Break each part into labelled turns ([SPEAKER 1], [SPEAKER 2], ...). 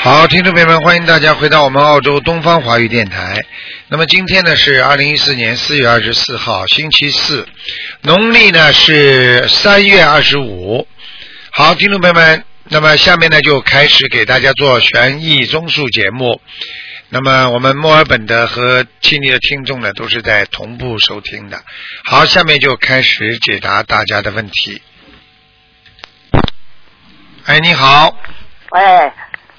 [SPEAKER 1] 好，听众朋友们，欢迎大家回到我们澳洲东方华语电台。那么今天呢是二零一四年四月二十四号，星期四，农历呢是三月二十五。好，听众朋友们，那么下面呢就开始给大家做悬疑综述节目。那么我们墨尔本的和悉尼的听众呢都是在同步收听的。好，下面就开始解答大家的问题。哎，你好，
[SPEAKER 2] 喂，哎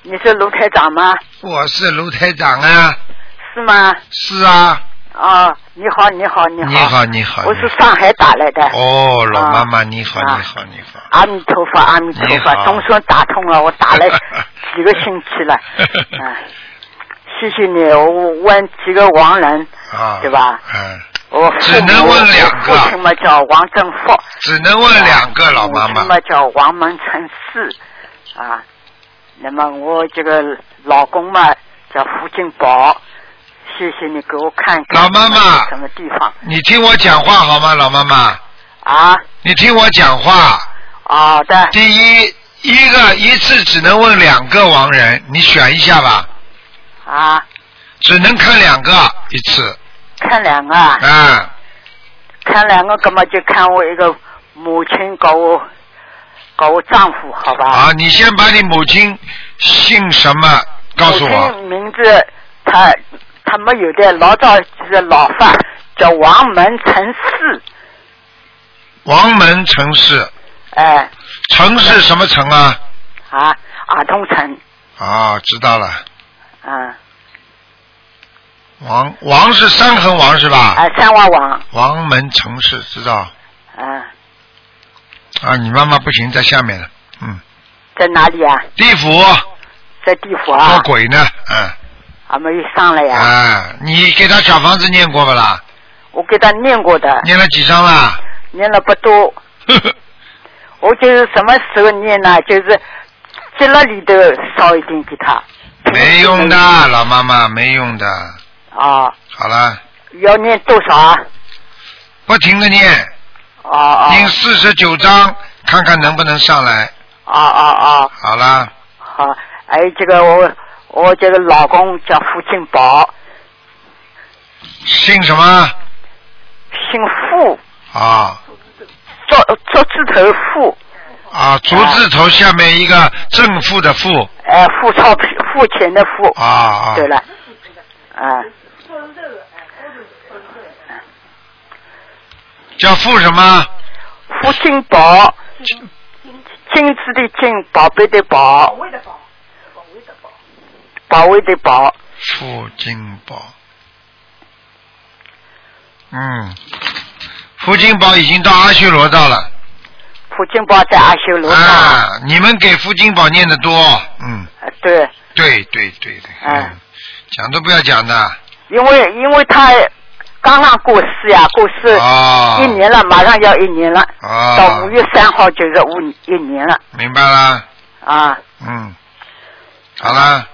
[SPEAKER 2] 你是卢台长吗？
[SPEAKER 1] 我是卢台长啊。
[SPEAKER 2] 是吗？
[SPEAKER 1] 是啊，
[SPEAKER 2] 啊，你好，你好，你好。
[SPEAKER 1] 你好，你好。
[SPEAKER 2] 我是上海打来的。
[SPEAKER 1] 哦，老
[SPEAKER 2] 啊
[SPEAKER 1] 妈妈，你好，
[SPEAKER 2] 啊
[SPEAKER 1] 你好，你好。
[SPEAKER 2] 阿弥陀佛，阿弥陀
[SPEAKER 1] 你好
[SPEAKER 2] 佛，总算打通了，我打 了几个星期了。嗯，谢谢你，我问几个亡人，
[SPEAKER 1] 啊，
[SPEAKER 2] 对吧？
[SPEAKER 1] 嗯，
[SPEAKER 2] 我父
[SPEAKER 1] 只能
[SPEAKER 2] 母
[SPEAKER 1] 问两个
[SPEAKER 2] 我父亲嘛叫王正福，
[SPEAKER 1] 只能问两
[SPEAKER 2] 啊
[SPEAKER 1] 个，老妈
[SPEAKER 2] 母亲
[SPEAKER 1] 妈
[SPEAKER 2] 嘛。叫王门成四，啊，那么我这个老公嘛叫胡金宝，谢谢你给我看看
[SPEAKER 1] 老妈妈
[SPEAKER 2] 什么地方
[SPEAKER 1] 你听我讲话好吗，老妈妈？
[SPEAKER 2] 啊？
[SPEAKER 1] 你听我讲话。
[SPEAKER 2] 好的，
[SPEAKER 1] 第一，一个一次只能问两个亡人，你选一下吧，
[SPEAKER 2] 啊，
[SPEAKER 1] 只能看两个一次。
[SPEAKER 2] 看两个，啊，
[SPEAKER 1] 啊，
[SPEAKER 2] 看两个，那么就看我一个母亲搞我，搞我丈夫，好吧？
[SPEAKER 1] 好，啊你先把你母亲姓什么告诉
[SPEAKER 2] 母
[SPEAKER 1] 我。
[SPEAKER 2] 亲名字，他他没有的，老早就是老发，叫王门陈氏，
[SPEAKER 1] 王门城市，
[SPEAKER 2] 哎，
[SPEAKER 1] 城是什么城啊？
[SPEAKER 2] 啊，儿童城，
[SPEAKER 1] 啊，知道了。
[SPEAKER 2] 嗯，
[SPEAKER 1] 王王是三横王是吧？
[SPEAKER 2] 哎，三娃王，
[SPEAKER 1] 王门城市知道
[SPEAKER 2] 嗯，
[SPEAKER 1] 啊，你妈妈不行，在下面呢。嗯，
[SPEAKER 2] 在哪里啊？
[SPEAKER 1] 地府
[SPEAKER 2] 在地府
[SPEAKER 1] 做
[SPEAKER 2] 啊？
[SPEAKER 1] 鬼呢，嗯
[SPEAKER 2] 还没有上来呀、
[SPEAKER 1] 啊，你给他小房子念过不啦？
[SPEAKER 2] 我给他念过的，
[SPEAKER 1] 念了几张啦？
[SPEAKER 2] 念了不多。
[SPEAKER 1] 呵呵
[SPEAKER 2] 我就是什么时候念呢？就是接了里头烧一点给他。
[SPEAKER 1] 没用的，
[SPEAKER 2] 啊、
[SPEAKER 1] 老妈妈没用的。好了，
[SPEAKER 2] 要念多少啊？
[SPEAKER 1] 不停的念，
[SPEAKER 2] 哦哦
[SPEAKER 1] 念四十九章，看看能不能上来。
[SPEAKER 2] 哦哦哦，
[SPEAKER 1] 好了，
[SPEAKER 2] 好。还有啊哎这个我我这个老公叫付金宝，
[SPEAKER 1] 姓什么？
[SPEAKER 2] 姓付，
[SPEAKER 1] 啊
[SPEAKER 2] 竹竹字头付，
[SPEAKER 1] 啊，竹字头下面一个正负的负
[SPEAKER 2] 哎，付钞票付钱的付。
[SPEAKER 1] 啊啊。
[SPEAKER 2] 对了，啊，
[SPEAKER 1] 叫付什么？
[SPEAKER 2] 付金宝，金子的金，宝贝的宝，保卫的保，
[SPEAKER 1] 付金宝。嗯，付金宝已经到阿修罗道了。
[SPEAKER 2] 付金宝在阿修罗上。
[SPEAKER 1] 啊，你们给付金宝念的多。嗯，
[SPEAKER 2] 呃对，
[SPEAKER 1] 对对对对。嗯
[SPEAKER 2] 哎，
[SPEAKER 1] 讲都不要讲的。
[SPEAKER 2] 因为因为他刚刚过世呀，过世
[SPEAKER 1] 哦
[SPEAKER 2] 一年了，马上要一年了，
[SPEAKER 1] 哦
[SPEAKER 2] 到五月三号就是五一年了
[SPEAKER 1] 明白啦。
[SPEAKER 2] 啊
[SPEAKER 1] 嗯，好啦。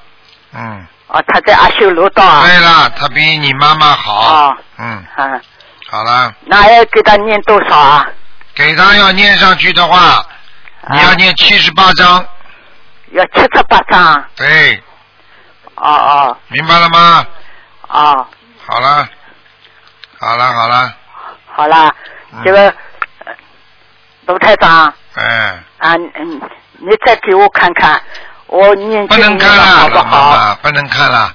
[SPEAKER 1] 嗯，
[SPEAKER 2] 啊，他在阿修罗道啊
[SPEAKER 1] 对啦，他比你妈妈好
[SPEAKER 2] 哦。
[SPEAKER 1] 嗯，
[SPEAKER 2] 啊，
[SPEAKER 1] 好啦，
[SPEAKER 2] 那要给他念多少啊？
[SPEAKER 1] 给他要念上去的话，你要
[SPEAKER 2] 啊
[SPEAKER 1] 念七十八章。
[SPEAKER 2] 要七十八张啊，
[SPEAKER 1] 对，
[SPEAKER 2] 哦哦
[SPEAKER 1] 明白了吗？
[SPEAKER 2] 哦。
[SPEAKER 1] 好了，好了，好了，
[SPEAKER 2] 好啦
[SPEAKER 1] 嗯，
[SPEAKER 2] 这个呃卢台长
[SPEAKER 1] 哎，
[SPEAKER 2] 啊，你嗯，你再给我看看，我念
[SPEAKER 1] 不
[SPEAKER 2] 经
[SPEAKER 1] 能
[SPEAKER 2] 念
[SPEAKER 1] 看
[SPEAKER 2] 的
[SPEAKER 1] 了，
[SPEAKER 2] 好不
[SPEAKER 1] 老妈
[SPEAKER 2] 好？
[SPEAKER 1] 妈，不能看了，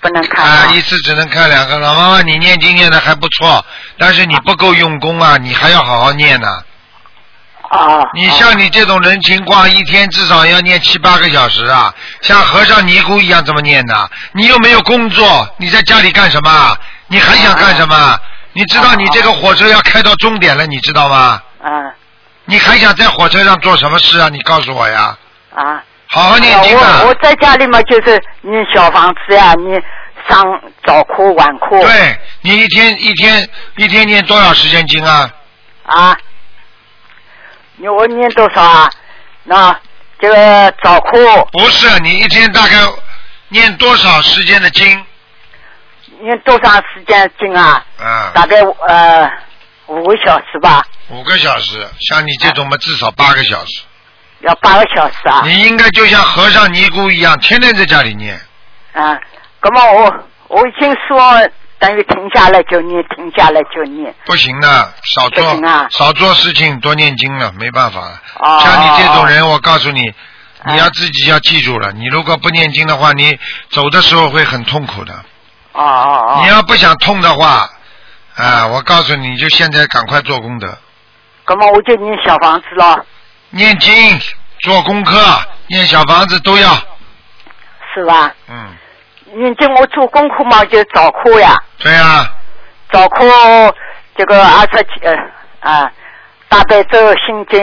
[SPEAKER 2] 不能看
[SPEAKER 1] 啊，
[SPEAKER 2] 啊
[SPEAKER 1] 一次只能看两个。老妈妈，你念经念的还不错，但是你不够用功啊，你还要好好念呢、
[SPEAKER 2] 哦，
[SPEAKER 1] 你
[SPEAKER 2] 哦
[SPEAKER 1] 像你这种人情况，一天至少要念七八个小时啊，像和尚尼姑一样这么念的、你又没有工作，你在家里干什么啊？你还想干什么？你知道你这个火车要开到终点了，你知道吗？
[SPEAKER 2] 嗯
[SPEAKER 1] 你还想在火车上做什么事啊？你告诉我呀！
[SPEAKER 2] 啊，
[SPEAKER 1] 好好念经啊！
[SPEAKER 2] 哎我我在家里嘛，就是念小房子呀，念上早课晚课，
[SPEAKER 1] 对你一天一天一天念多少时间经啊？
[SPEAKER 2] 啊，你我念多少啊？那这个早课
[SPEAKER 1] 不是，你一天大概念多少时间的经？
[SPEAKER 2] 念多长时间经啊？
[SPEAKER 1] 啊、
[SPEAKER 2] 大概呃五个小时吧。
[SPEAKER 1] 五个小时。像你这种嘛，至少八个小时。
[SPEAKER 2] 要八个小时啊。
[SPEAKER 1] 你应该就像和尚尼姑一样，天天在家里念。
[SPEAKER 2] 啊，咁么我我已经说等于停下来就念，停下来就念。
[SPEAKER 1] 不行的，少做
[SPEAKER 2] 不行啊
[SPEAKER 1] 少做事情，多念经了，没办法了。
[SPEAKER 2] 哦
[SPEAKER 1] 像你这种人，我告诉你，
[SPEAKER 2] 啊
[SPEAKER 1] 你要自己要记住了，你如果不念经的话，你走的时候会很痛苦的。
[SPEAKER 2] 哦哦哦。
[SPEAKER 1] 你要不想痛的话，啊，我告诉你，你就现在赶快做功德，
[SPEAKER 2] 咁么我就念小房子咯，
[SPEAKER 1] 念经、做功课、念小房子都要。
[SPEAKER 2] 是吧？
[SPEAKER 1] 嗯，
[SPEAKER 2] 念经我做功课嘛，就早课呀，
[SPEAKER 1] 对啊，
[SPEAKER 2] 早课这个二十七呃啊大悲咒心经，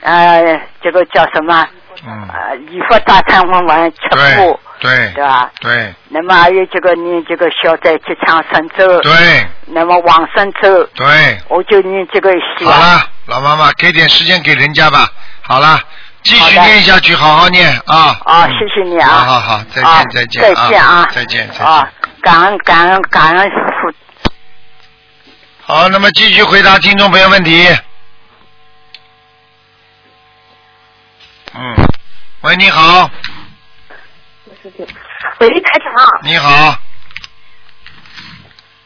[SPEAKER 2] 呃这个叫什么？
[SPEAKER 1] 嗯，
[SPEAKER 2] 呃，礼佛大忏悔文七
[SPEAKER 1] 对
[SPEAKER 2] 部，对
[SPEAKER 1] 对
[SPEAKER 2] 吧？
[SPEAKER 1] 对
[SPEAKER 2] 那么还有这个念这个消灾吉祥神咒，
[SPEAKER 1] 对
[SPEAKER 2] 那么往生咒，
[SPEAKER 1] 对，
[SPEAKER 2] 我就念这个希
[SPEAKER 1] 好
[SPEAKER 2] 望。
[SPEAKER 1] 了，老妈妈，给点时间给人家吧。好了，继续
[SPEAKER 2] 好的
[SPEAKER 1] 念下去，好好念啊。
[SPEAKER 2] 啊，
[SPEAKER 1] 嗯
[SPEAKER 2] 谢谢你啊！
[SPEAKER 1] 好好好，再
[SPEAKER 2] 啊
[SPEAKER 1] 见再见
[SPEAKER 2] 再见啊！
[SPEAKER 1] 再见再见
[SPEAKER 2] 啊。，感恩感恩感恩父
[SPEAKER 1] 好，那么继续回答听众朋友问题。嗯，喂，你好，
[SPEAKER 3] 喂，台长，
[SPEAKER 1] 你好，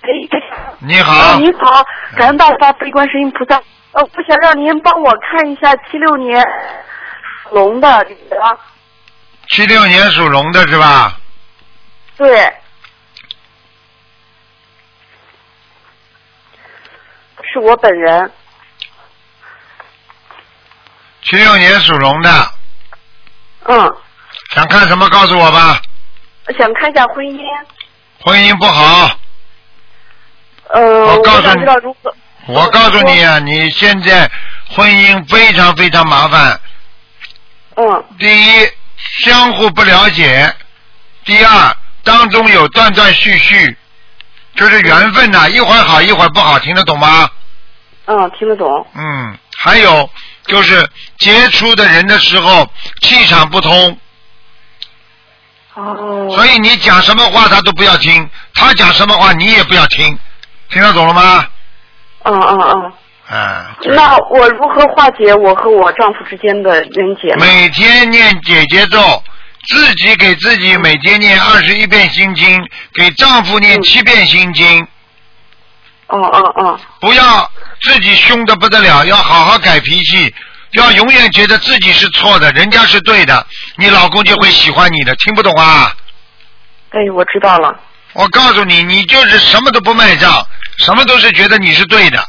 [SPEAKER 3] 喂，台长，
[SPEAKER 1] 你
[SPEAKER 3] 啊
[SPEAKER 1] 好，
[SPEAKER 3] 您好，感恩大发悲观世音菩萨，呃，我想让您帮我看一下七六年属龙的女的，
[SPEAKER 1] 七六年属龙的是吧？
[SPEAKER 3] 对，是我本人，
[SPEAKER 1] 七六年属龙的，
[SPEAKER 3] 嗯，
[SPEAKER 1] 想看什么告诉我吧。
[SPEAKER 3] 我想看一下婚姻，
[SPEAKER 1] 婚姻不好，
[SPEAKER 3] 呃，
[SPEAKER 1] 我
[SPEAKER 3] 我
[SPEAKER 1] 告诉
[SPEAKER 3] 想
[SPEAKER 1] 你
[SPEAKER 3] 知道如何，
[SPEAKER 1] 我告诉你啊，你现在婚姻非常非常麻烦。
[SPEAKER 3] 嗯，
[SPEAKER 1] 第一，相互不了解；第二，当中有断断续续，就是缘分呐、一会儿好一会儿不好，听得懂吗？
[SPEAKER 3] 嗯，听得懂，
[SPEAKER 1] 嗯，还有就是接触的人的时候气场不通，
[SPEAKER 3] 哦，
[SPEAKER 1] 所以你讲什么话他都不要听，他讲什么话你也不要听，听得懂了吗？
[SPEAKER 3] 嗯嗯嗯，
[SPEAKER 1] 啊，就是
[SPEAKER 3] 那我如何化解我和我丈夫之间的冤结呢？
[SPEAKER 1] 每天念姐姐咒，自己给自己每天念二十一遍心经，给丈夫念
[SPEAKER 3] 嗯
[SPEAKER 1] 七遍心经，
[SPEAKER 3] 嗯嗯嗯，
[SPEAKER 1] 不要自己凶的不得了，要好好改脾气，要永远觉得自己是错的，人家是对的，你老公就会喜欢你的。听不懂啊？
[SPEAKER 3] 哎，我知道了。
[SPEAKER 1] 我告诉你，你就是什么都不卖账，什么都是觉得你是对的。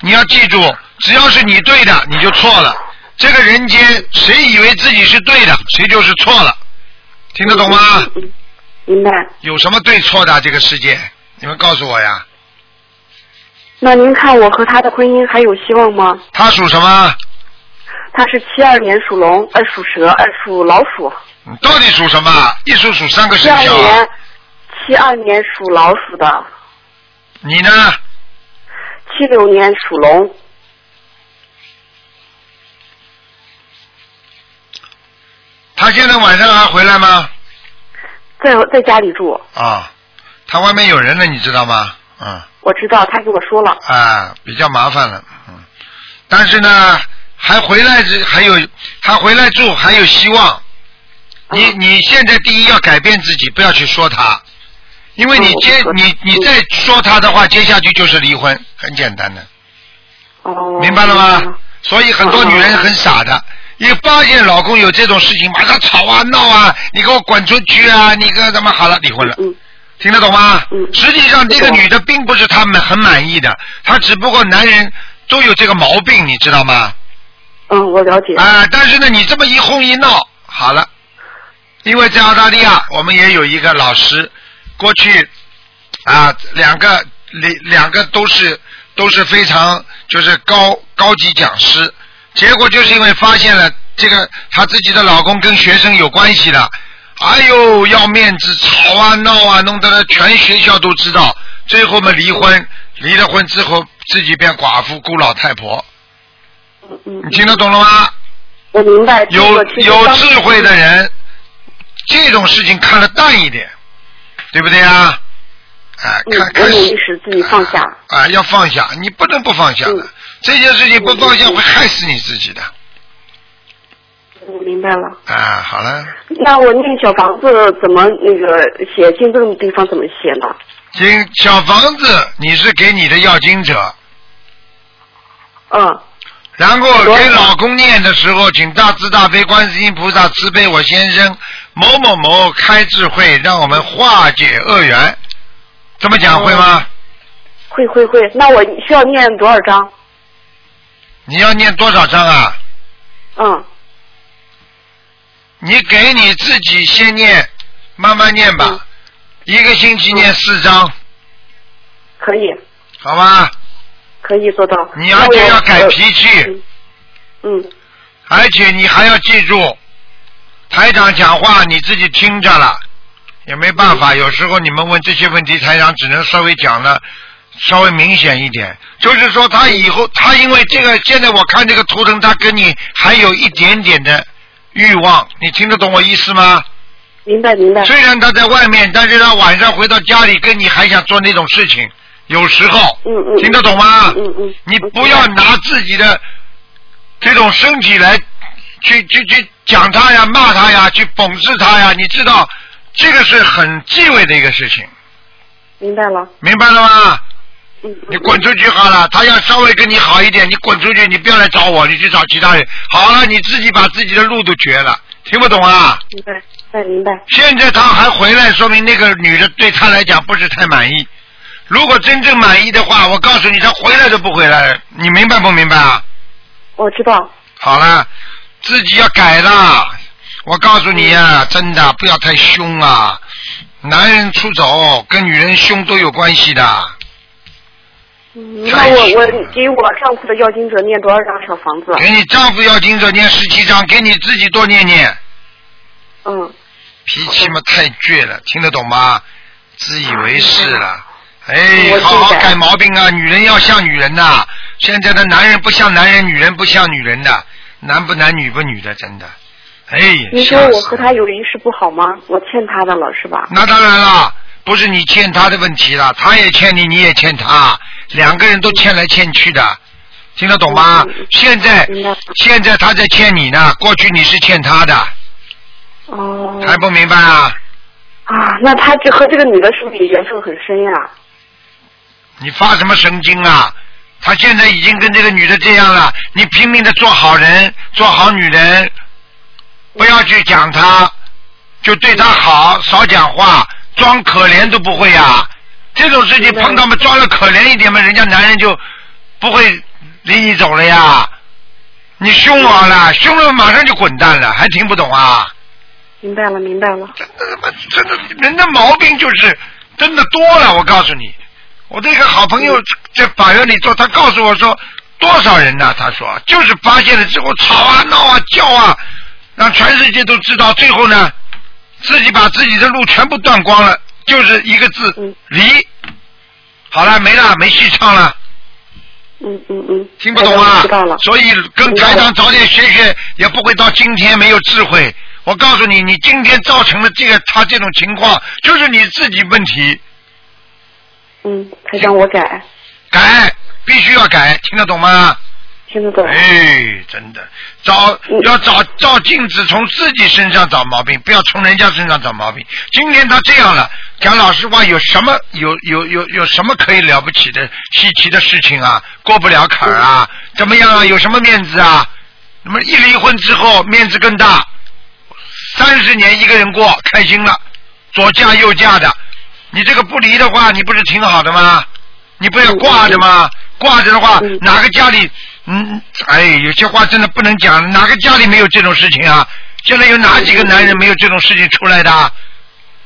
[SPEAKER 1] 你要记住，只要是你对的，你就错了。这个人间，谁以为自己是对的，谁就是错了。听得懂吗？
[SPEAKER 3] 嗯？嗯明白。
[SPEAKER 1] 有什么对错的啊、这个世界？你们告诉我呀。
[SPEAKER 3] 那您看我和他的婚姻还有希望吗？
[SPEAKER 1] 他属什么？
[SPEAKER 3] 他是七二年属龙，呃，属蛇，呃，属老鼠。
[SPEAKER 1] 你到底属什么？一属属三个
[SPEAKER 3] 七
[SPEAKER 1] 生
[SPEAKER 3] 二
[SPEAKER 1] 肖、啊
[SPEAKER 3] 年。，七二年属老鼠的，
[SPEAKER 1] 你呢？
[SPEAKER 3] 七六年属龙。
[SPEAKER 1] 他现在晚上还回来吗？
[SPEAKER 3] 在在家里住，
[SPEAKER 1] 啊，他外面有人了，你知道吗？嗯
[SPEAKER 3] 我知道，他给我说了，
[SPEAKER 1] 啊，比较麻烦了。嗯，但是呢，还回来之还有他回来住还有希望。你
[SPEAKER 3] 嗯
[SPEAKER 1] 你现在第一要改变自己，不要去说他，因为你
[SPEAKER 3] 嗯我
[SPEAKER 1] 接
[SPEAKER 3] 不说
[SPEAKER 1] 你你
[SPEAKER 3] 嗯
[SPEAKER 1] 再说他的话，接下去就是离婚，很简单的。
[SPEAKER 3] 哦，
[SPEAKER 1] 明白了吗？？所以很多女人很傻的，
[SPEAKER 3] 嗯
[SPEAKER 1] 一发现老公有这种事情，马上吵啊闹啊，你给我滚出去啊！你个他妈好了，离婚了，
[SPEAKER 3] 嗯，
[SPEAKER 1] 听得懂吗？
[SPEAKER 3] 嗯
[SPEAKER 1] 实际上这个
[SPEAKER 3] 听得懂
[SPEAKER 1] 女的并不是他们很满意的，她只不过男人都有这个毛病，你知道吗？
[SPEAKER 3] 嗯，我了解。
[SPEAKER 1] 啊、但是呢，你这么一哄一闹，好了，因为在澳大利亚，我们也有一个老师，过去啊、两个两两个都是都是非常就是高高级讲师，结果就是因为发现了这个她自己的老公跟学生有关系的，哎呦要面子吵啊闹啊，弄得她全学校都知道，最后嘛离婚，离了婚之后自己变寡妇孤老太婆，
[SPEAKER 3] 嗯嗯，
[SPEAKER 1] 你听得懂了吗？
[SPEAKER 3] 我明白。
[SPEAKER 1] 有
[SPEAKER 3] 这个其实
[SPEAKER 1] 有
[SPEAKER 3] 当
[SPEAKER 1] 智慧的。人，这种事情看得淡一点，对不对啊？啊，
[SPEAKER 3] 嗯，
[SPEAKER 1] 看
[SPEAKER 3] 我
[SPEAKER 1] 看
[SPEAKER 3] 努力使自己放下。
[SPEAKER 1] 啊，要放下，你不能不放下的。
[SPEAKER 3] 嗯
[SPEAKER 1] 这件事情不放下
[SPEAKER 3] 嗯
[SPEAKER 1] 会
[SPEAKER 3] 嗯
[SPEAKER 1] 害死你自己的，
[SPEAKER 3] 我明白了。
[SPEAKER 1] 啊，好了，
[SPEAKER 3] 那我那个小房子怎么那个写进这个地方怎么写呢？
[SPEAKER 1] 经小房子你是给你的要经者，
[SPEAKER 3] 嗯，
[SPEAKER 1] 然后给老公念的时候，请大慈大悲观世音菩萨慈悲我先生某某某开智慧，让我们化解恶缘。这么讲会吗？
[SPEAKER 3] 哦会会会。那我需要念多少章？
[SPEAKER 1] 你要念多少章啊？
[SPEAKER 3] 嗯，
[SPEAKER 1] 你给你自己先念，慢慢念吧，
[SPEAKER 3] 嗯
[SPEAKER 1] 一个星期念四章，
[SPEAKER 3] 可以，
[SPEAKER 1] 好吧？
[SPEAKER 3] 可以做到。
[SPEAKER 1] 你而且要改脾气，
[SPEAKER 3] 嗯嗯，
[SPEAKER 1] 而且你还要记住，台长讲话你自己听着了，也没办法。有时候你们问这些问题，台长只能稍微讲的稍微明显一点。就是说，他以后他因为这个，现在我看这个图腾，他跟你还有一点点的欲望，你听得懂我意思吗？
[SPEAKER 3] 明白明白。
[SPEAKER 1] 虽然他在外面，但是他晚上回到家里跟你还想做那种事情，有时候，
[SPEAKER 3] 嗯嗯。
[SPEAKER 1] 听得懂吗？
[SPEAKER 3] 嗯嗯。
[SPEAKER 1] 你
[SPEAKER 3] 我
[SPEAKER 1] 不
[SPEAKER 3] 知
[SPEAKER 1] 要
[SPEAKER 3] 道
[SPEAKER 1] 拿自己的这种身体来去去去讲他呀、骂他呀、去讽刺他呀，你知道这个是很忌讳的一个事情，
[SPEAKER 3] 明白了。
[SPEAKER 1] 明白了吗？
[SPEAKER 3] 嗯。嗯
[SPEAKER 1] 你滚出去好了，他要稍微跟你好一点，你滚出去，你不要来找我，你去找其他人。好了，你自己把自己的路都绝了，听不懂啊？
[SPEAKER 3] 明白，哎，明白，
[SPEAKER 1] 现在他还回来，说明那个女的对他来讲不是太满意。如果真正满意的话，我告诉你，他回来都不回来了。你明白不明白啊？
[SPEAKER 3] 我知道。
[SPEAKER 1] 好了，自己要改了。我告诉你啊，真的不要太凶啊！男人出走跟女人凶都有关系的。
[SPEAKER 3] 嗯
[SPEAKER 1] 太
[SPEAKER 3] 那我
[SPEAKER 1] 凶了
[SPEAKER 3] 我给我丈夫的要经者念多少张小房子？啊
[SPEAKER 1] 给你丈夫要经者念十七章，给你自己多念念。
[SPEAKER 3] 嗯，
[SPEAKER 1] 脾气嘛太倔了，听得懂吗？自以为是了。哎
[SPEAKER 3] 嗯我，记得
[SPEAKER 1] 好好改毛病啊！女人要像女人呐、现在的男人不像男人，女人不像女人的，男不男女不女的，真的。哎，
[SPEAKER 3] 您说
[SPEAKER 1] 吓死
[SPEAKER 3] 我和他
[SPEAKER 1] 人
[SPEAKER 3] 有一事不好吗？我欠他的了是吧？
[SPEAKER 1] 那当然了，不是你欠他的问题了，他也欠你，你也欠他，两个人都欠来欠去的，听得懂吗
[SPEAKER 3] 嗯嗯？
[SPEAKER 1] 现在
[SPEAKER 3] 明白
[SPEAKER 1] 现在他在欠你呢，过去你是欠他的，
[SPEAKER 3] 哦，
[SPEAKER 1] 还不明白啊？
[SPEAKER 3] 啊，那他这和这个女的是不是也缘分很深呀、
[SPEAKER 1] 你发什么神经啊？他现在已经跟这个女的这样了，你拼命的做好人，做好女人，不要去讲她，就对她好，少讲话，装可怜都不会呀、这种事情碰到嘛，装的可怜一点嘛，人家男人就不会离你走了呀。你凶我了，凶了马上就滚蛋了，还听不懂啊？
[SPEAKER 3] 明白了，明白了。
[SPEAKER 1] 真的他妈真的人的毛病就是真的多了，我告诉你，我的一个好朋友在法院里做，他告诉我说多少人呐、他说就是发现了之后吵啊闹啊叫啊，让全世界都知道，最后呢自己把自己的路全部断光了，就是一个字
[SPEAKER 3] 嗯
[SPEAKER 1] 离。好了，没了，没戏唱了。
[SPEAKER 3] 嗯嗯嗯。
[SPEAKER 1] 听不懂
[SPEAKER 3] 哎
[SPEAKER 1] 啊
[SPEAKER 3] 我知道了。，
[SPEAKER 1] 所以跟台长早点学学，也不会到今天没有智慧。我告诉你，你今天造成了这个他这种情况，就是你自己问题，
[SPEAKER 3] 嗯，台长，我改，
[SPEAKER 1] 改必须要改，听得懂吗？
[SPEAKER 3] 听得懂。
[SPEAKER 1] 哎，真的，找
[SPEAKER 3] 嗯
[SPEAKER 1] 要找照镜子，从自己身上找毛病，不要从人家身上找毛病。今天他这样了，讲老实话，有什么有有有有什么可以了不起的稀奇的事情啊？过不了坎儿啊？怎么样啊？有什么面子啊？那么一离婚之后，面子更大，三十年一个人过，开心了，左嫁右嫁的。你这个不离的话，你不是挺好的吗？你不要挂着吗？挂着的话
[SPEAKER 3] 嗯，
[SPEAKER 1] 哪个家里，嗯，哎，有些话真的不能讲，哪个家里没有这种事情啊？现在有哪几个男人没有这种事情出来的啊？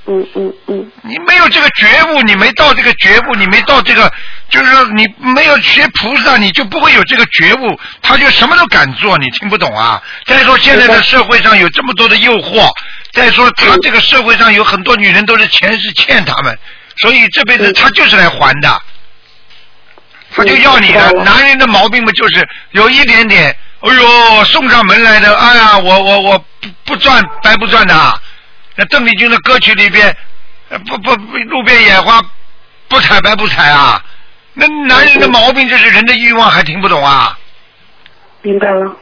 [SPEAKER 3] 嗯嗯嗯，
[SPEAKER 1] 你没有这个觉悟，你没到这个觉悟，你没到这个，就是说你没有学菩萨，你就不会有这个觉悟，他就什么都敢做，你听不懂啊？再说现在的社会上有这么多的诱惑，再说他这个社会上有很多女人都是前世欠他们，所以这辈子他就是来还的，他就要你的
[SPEAKER 3] 嗯。
[SPEAKER 1] 男人的毛病嘛，就是有一点点，哎呦，送上门来的，哎呀，我我我不不赚白不赚的啊。那邓丽君的歌曲里边，呃不不不路边野花不采白不采啊。那男人的毛病就是人的欲望还听不懂啊。
[SPEAKER 3] 明白了。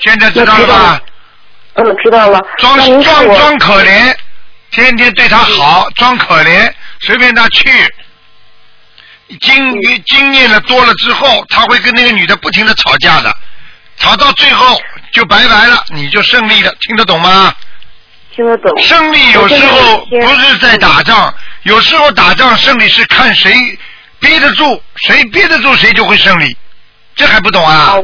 [SPEAKER 1] 现在知道了吧？
[SPEAKER 3] 嗯，啊知道了。
[SPEAKER 1] 装
[SPEAKER 3] 那您看
[SPEAKER 1] 装
[SPEAKER 3] 我
[SPEAKER 1] 装可怜，天天对他好，装可怜，随便他去。经经验了多了之后，他会跟那个女的不停的吵架的，吵到最后就拜拜了，你就胜利了，听得懂吗？
[SPEAKER 3] 听得懂。
[SPEAKER 1] 胜利有时候不是在打仗，有时候打仗胜利是看谁憋得住，谁憋得住谁就会胜利，这还不懂啊？
[SPEAKER 3] 好，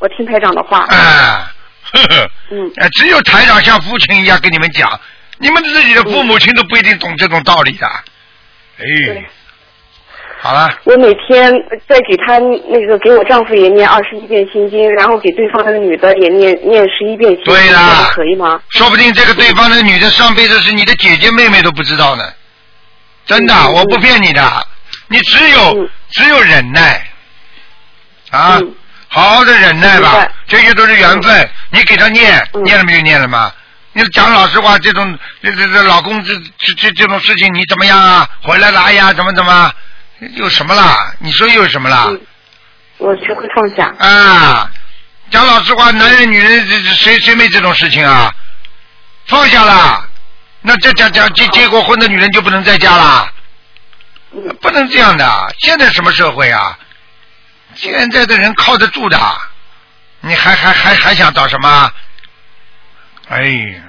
[SPEAKER 3] 我听台长的话。
[SPEAKER 1] 啊，呵呵，
[SPEAKER 3] 嗯
[SPEAKER 1] 呃，只有台长像父亲一样跟你们讲，你们自己的父母亲都不一定懂这种道理的。哎
[SPEAKER 3] 对，
[SPEAKER 1] 好了，
[SPEAKER 3] 我每天在给他那个给我丈夫也念二十一遍心经，然后给对方那个女的也念念十一遍心经，
[SPEAKER 1] 对啦
[SPEAKER 3] 这样可以吗？
[SPEAKER 1] 说不定这个对方的女的上辈子是你的姐姐妹妹都不知道呢，真的，
[SPEAKER 3] 嗯嗯
[SPEAKER 1] 我不骗你的，你只有
[SPEAKER 3] 嗯
[SPEAKER 1] 只有忍耐啊
[SPEAKER 3] 嗯，
[SPEAKER 1] 好好的忍耐
[SPEAKER 3] 明
[SPEAKER 1] 吧
[SPEAKER 3] 白，
[SPEAKER 1] 这些都是缘分，你给他念，
[SPEAKER 3] 嗯
[SPEAKER 1] 念了没有念了吗？你讲老实话，这种这这这老公这这这这种事情，你怎么样啊？回来了，哎呀，怎么怎么，有什么啦？你说又有什么啦？
[SPEAKER 3] 嗯我学会放下。
[SPEAKER 1] 啊，讲老实话，男人女人这这谁谁没这种事情啊？放下啦，那这讲讲结结过婚的女人就不能再嫁啦？
[SPEAKER 3] 嗯
[SPEAKER 1] 不能这样的，现在什么社会啊？现在的人靠得住的，你还还还还想找什么？哎呀，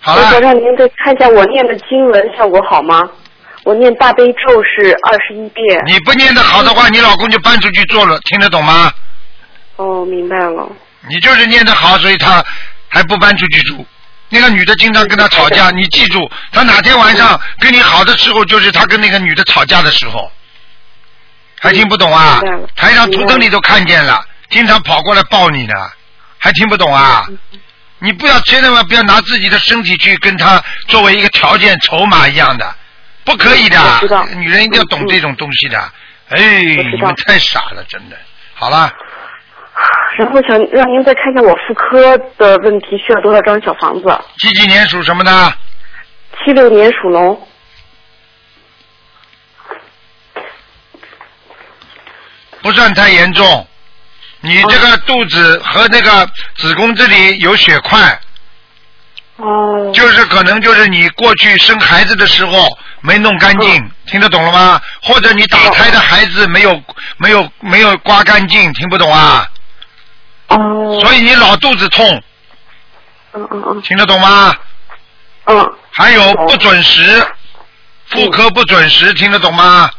[SPEAKER 1] 好
[SPEAKER 3] 我想
[SPEAKER 1] 了，
[SPEAKER 3] 让您再看一下我念的经文效果好吗？我念大悲咒是二十一遍。
[SPEAKER 1] 你不念得好的话，你老公就搬出去做了，听得懂吗？
[SPEAKER 3] 哦，明白了。
[SPEAKER 1] 你就是念得好，所以他还不搬出去住。那个女的经常跟他吵架，你记住，他哪天晚上跟你好的时候，就是他跟那个女的吵架的时候。还听不懂啊
[SPEAKER 3] 明白了？
[SPEAKER 1] 台上图腾你都看见了，经常跑过来抱你呢，还听不懂啊？
[SPEAKER 3] 嗯
[SPEAKER 1] 你不要千万不要拿自己的身体去跟他作为一个条件筹码一样的，不可以的
[SPEAKER 3] 我知道。
[SPEAKER 1] 女人一定要懂
[SPEAKER 3] 嗯嗯
[SPEAKER 1] 这种东西的。哎，
[SPEAKER 3] 我知道
[SPEAKER 1] 你们太傻了，真的。好了。
[SPEAKER 3] 然后想让您再看一下我妇科的问题，需要多少张小房子？
[SPEAKER 1] 几几年属什么的？
[SPEAKER 3] 七六年属龙，
[SPEAKER 1] 不算太严重。你这个肚子和那个子宫这里有血块，
[SPEAKER 3] 哦，
[SPEAKER 1] 就是可能就是你过去生孩子的时候没弄干净，听得懂了吗？或者你打胎的孩子没有没有没有刮干净，听不懂啊？
[SPEAKER 3] 哦，
[SPEAKER 1] 所以你老肚子痛，
[SPEAKER 3] 嗯嗯嗯
[SPEAKER 1] 听得懂吗？
[SPEAKER 3] 嗯，
[SPEAKER 1] 还有
[SPEAKER 3] 懂
[SPEAKER 1] 不准时，妇科不准时，听得懂吗？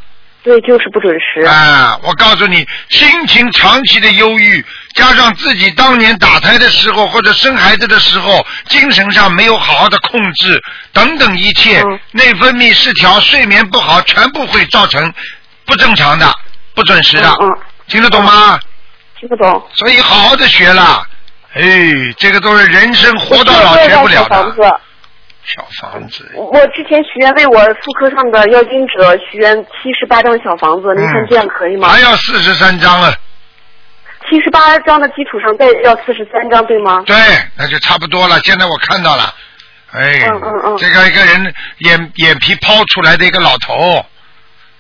[SPEAKER 3] 对，就是不准时。
[SPEAKER 1] 啊，我告诉你，心情长期的忧郁，加上自己当年打胎的时候或者生孩子的时候，精神上没有好好的控制，等等一切，
[SPEAKER 3] 嗯
[SPEAKER 1] 内分泌失调、睡眠不好，全部会造成不正常的、不准时的。
[SPEAKER 3] 嗯嗯，
[SPEAKER 1] 听得懂吗？
[SPEAKER 3] 听不懂。
[SPEAKER 1] 所以好好的学啦。哎，这个都是人生活到老
[SPEAKER 3] 我需
[SPEAKER 1] 学
[SPEAKER 3] 要
[SPEAKER 1] 不
[SPEAKER 3] 多少
[SPEAKER 1] 了
[SPEAKER 3] 小房子
[SPEAKER 1] 的。。小房子，
[SPEAKER 3] 我之前许愿为我妇科上的妖精者许愿七十八张小房子，您看
[SPEAKER 1] 嗯
[SPEAKER 3] 这样可以吗？
[SPEAKER 1] 还要四十三章啊了。
[SPEAKER 3] 七十八张的基础上再要四十三张，对吗？
[SPEAKER 1] 对，那就差不多了。现在我看到了，哎，
[SPEAKER 3] 嗯嗯嗯
[SPEAKER 1] 这个一个人眼眼皮抛出来的一个老头，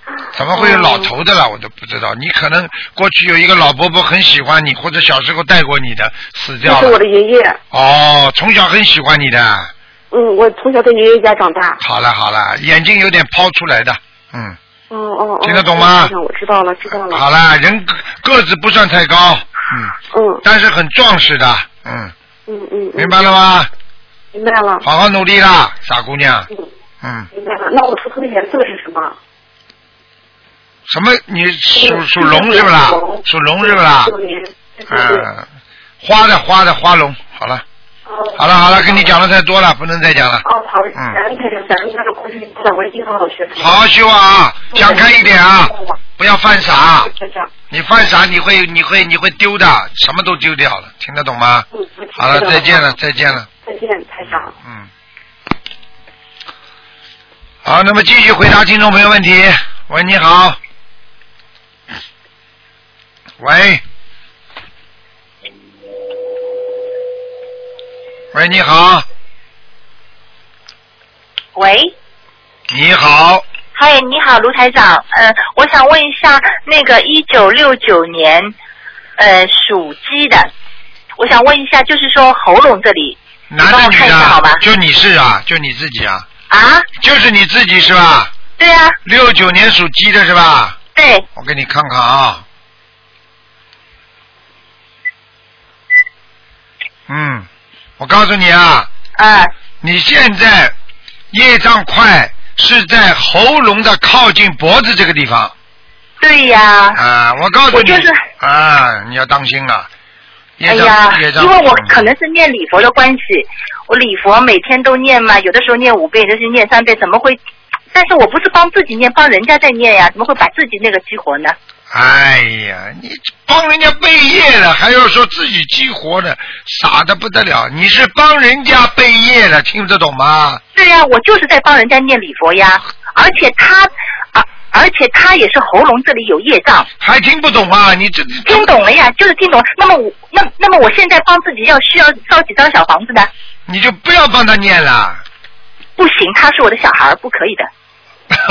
[SPEAKER 3] 嗯
[SPEAKER 1] 怎么会有老头的了？我都不知道。你可能过去有一个老伯伯很喜欢你，或者小时候带过你的，死
[SPEAKER 3] 这
[SPEAKER 1] 掉
[SPEAKER 3] 是我
[SPEAKER 1] 了。
[SPEAKER 3] 的爷爷，
[SPEAKER 1] 哦，从小很喜欢你的。
[SPEAKER 3] 嗯，我从小在爷爷家长大。
[SPEAKER 1] 好了好了，眼睛有点抛出来的，嗯，
[SPEAKER 3] 哦哦哦，
[SPEAKER 1] 听得懂吗
[SPEAKER 3] 台长我知道了，知道了。
[SPEAKER 1] 好了，人个个子不算太高，嗯，
[SPEAKER 3] 嗯
[SPEAKER 1] 但是很壮实的，嗯，
[SPEAKER 3] 嗯嗯，嗯
[SPEAKER 1] 明白了吗？
[SPEAKER 3] 明白了。
[SPEAKER 1] 好好努力啦，傻姑娘，
[SPEAKER 3] 嗯，
[SPEAKER 1] 嗯。
[SPEAKER 3] 明白了。那我图腾的颜色是什么？
[SPEAKER 1] 什么？你属
[SPEAKER 3] 嗯
[SPEAKER 1] 属龙是不啦
[SPEAKER 3] 龙？
[SPEAKER 1] 属龙是不啦？
[SPEAKER 3] 这个颜色对对对
[SPEAKER 1] 啊嗯，花的花的花龙，好了，
[SPEAKER 3] 哦
[SPEAKER 1] 好了好了，跟你讲的太多了，不能再讲了，
[SPEAKER 3] 哦，好，
[SPEAKER 1] 嗯
[SPEAKER 3] 咱们开始，咱们开始过去，不然我也经常老学
[SPEAKER 1] 好好修啊，想开一点啊，
[SPEAKER 4] 嗯
[SPEAKER 1] 不要犯傻，
[SPEAKER 3] 台长，
[SPEAKER 1] 你犯傻你会你会你会丢的，什么都丢掉了，听得懂吗？
[SPEAKER 3] 嗯，我知道
[SPEAKER 1] 好了，再见
[SPEAKER 4] 啊
[SPEAKER 1] 了，，再见了，
[SPEAKER 3] 再见，台长。
[SPEAKER 1] 嗯。好，那么继续回答听众朋友问题。喂，你好。喂。喂，你好。
[SPEAKER 2] 喂，
[SPEAKER 1] 你好，
[SPEAKER 2] 嗨，你好，卢台长，呃，我想问一下，那个一九六九年，呃，属鸡的，
[SPEAKER 4] 我想问一下，就是说喉咙这里，你
[SPEAKER 1] 男
[SPEAKER 4] 帮
[SPEAKER 1] 的
[SPEAKER 4] 我
[SPEAKER 1] 女
[SPEAKER 4] 看一
[SPEAKER 1] 的
[SPEAKER 4] 下好吧
[SPEAKER 1] 啊？？就你是啊，就你自己啊，
[SPEAKER 4] 啊，
[SPEAKER 1] 就是你自己是吧？
[SPEAKER 4] 对啊，
[SPEAKER 1] 六九年属鸡的是吧？
[SPEAKER 4] 对，
[SPEAKER 1] 我给你看看啊。嗯，我告诉你啊，
[SPEAKER 4] 啊，
[SPEAKER 1] 你现在业障快是在喉咙的靠近脖子这个地方
[SPEAKER 4] 对呀、
[SPEAKER 1] 啊，我告诉
[SPEAKER 4] 我
[SPEAKER 1] 你
[SPEAKER 4] 就是
[SPEAKER 1] 啊，你要当心了。
[SPEAKER 4] 哎
[SPEAKER 1] 业障
[SPEAKER 4] 呀，
[SPEAKER 1] 业障
[SPEAKER 4] 因为我
[SPEAKER 1] 嗯
[SPEAKER 4] 可能是念礼佛的关系，我礼佛每天都念嘛，有的时候念五遍，有的时候念三遍，怎么会？但是我不是帮自己念，帮人家在念呀，怎么会把自己那个激活呢？
[SPEAKER 1] 哎呀，你帮人家背业了，还要说自己激活的，傻的不得了！你是帮人家背业了，听得懂吗？
[SPEAKER 4] 对呀、我就是在帮人家念礼佛呀，而且他，而而且他也是喉咙这里有业障，
[SPEAKER 1] 还听不懂啊？你这
[SPEAKER 4] 听懂了呀，就是听懂了。那么我那那么我现在帮自己要需要烧几张小房子呢？
[SPEAKER 1] 你就不要帮他念了，
[SPEAKER 4] 不行，他是我的小孩儿，不可以的。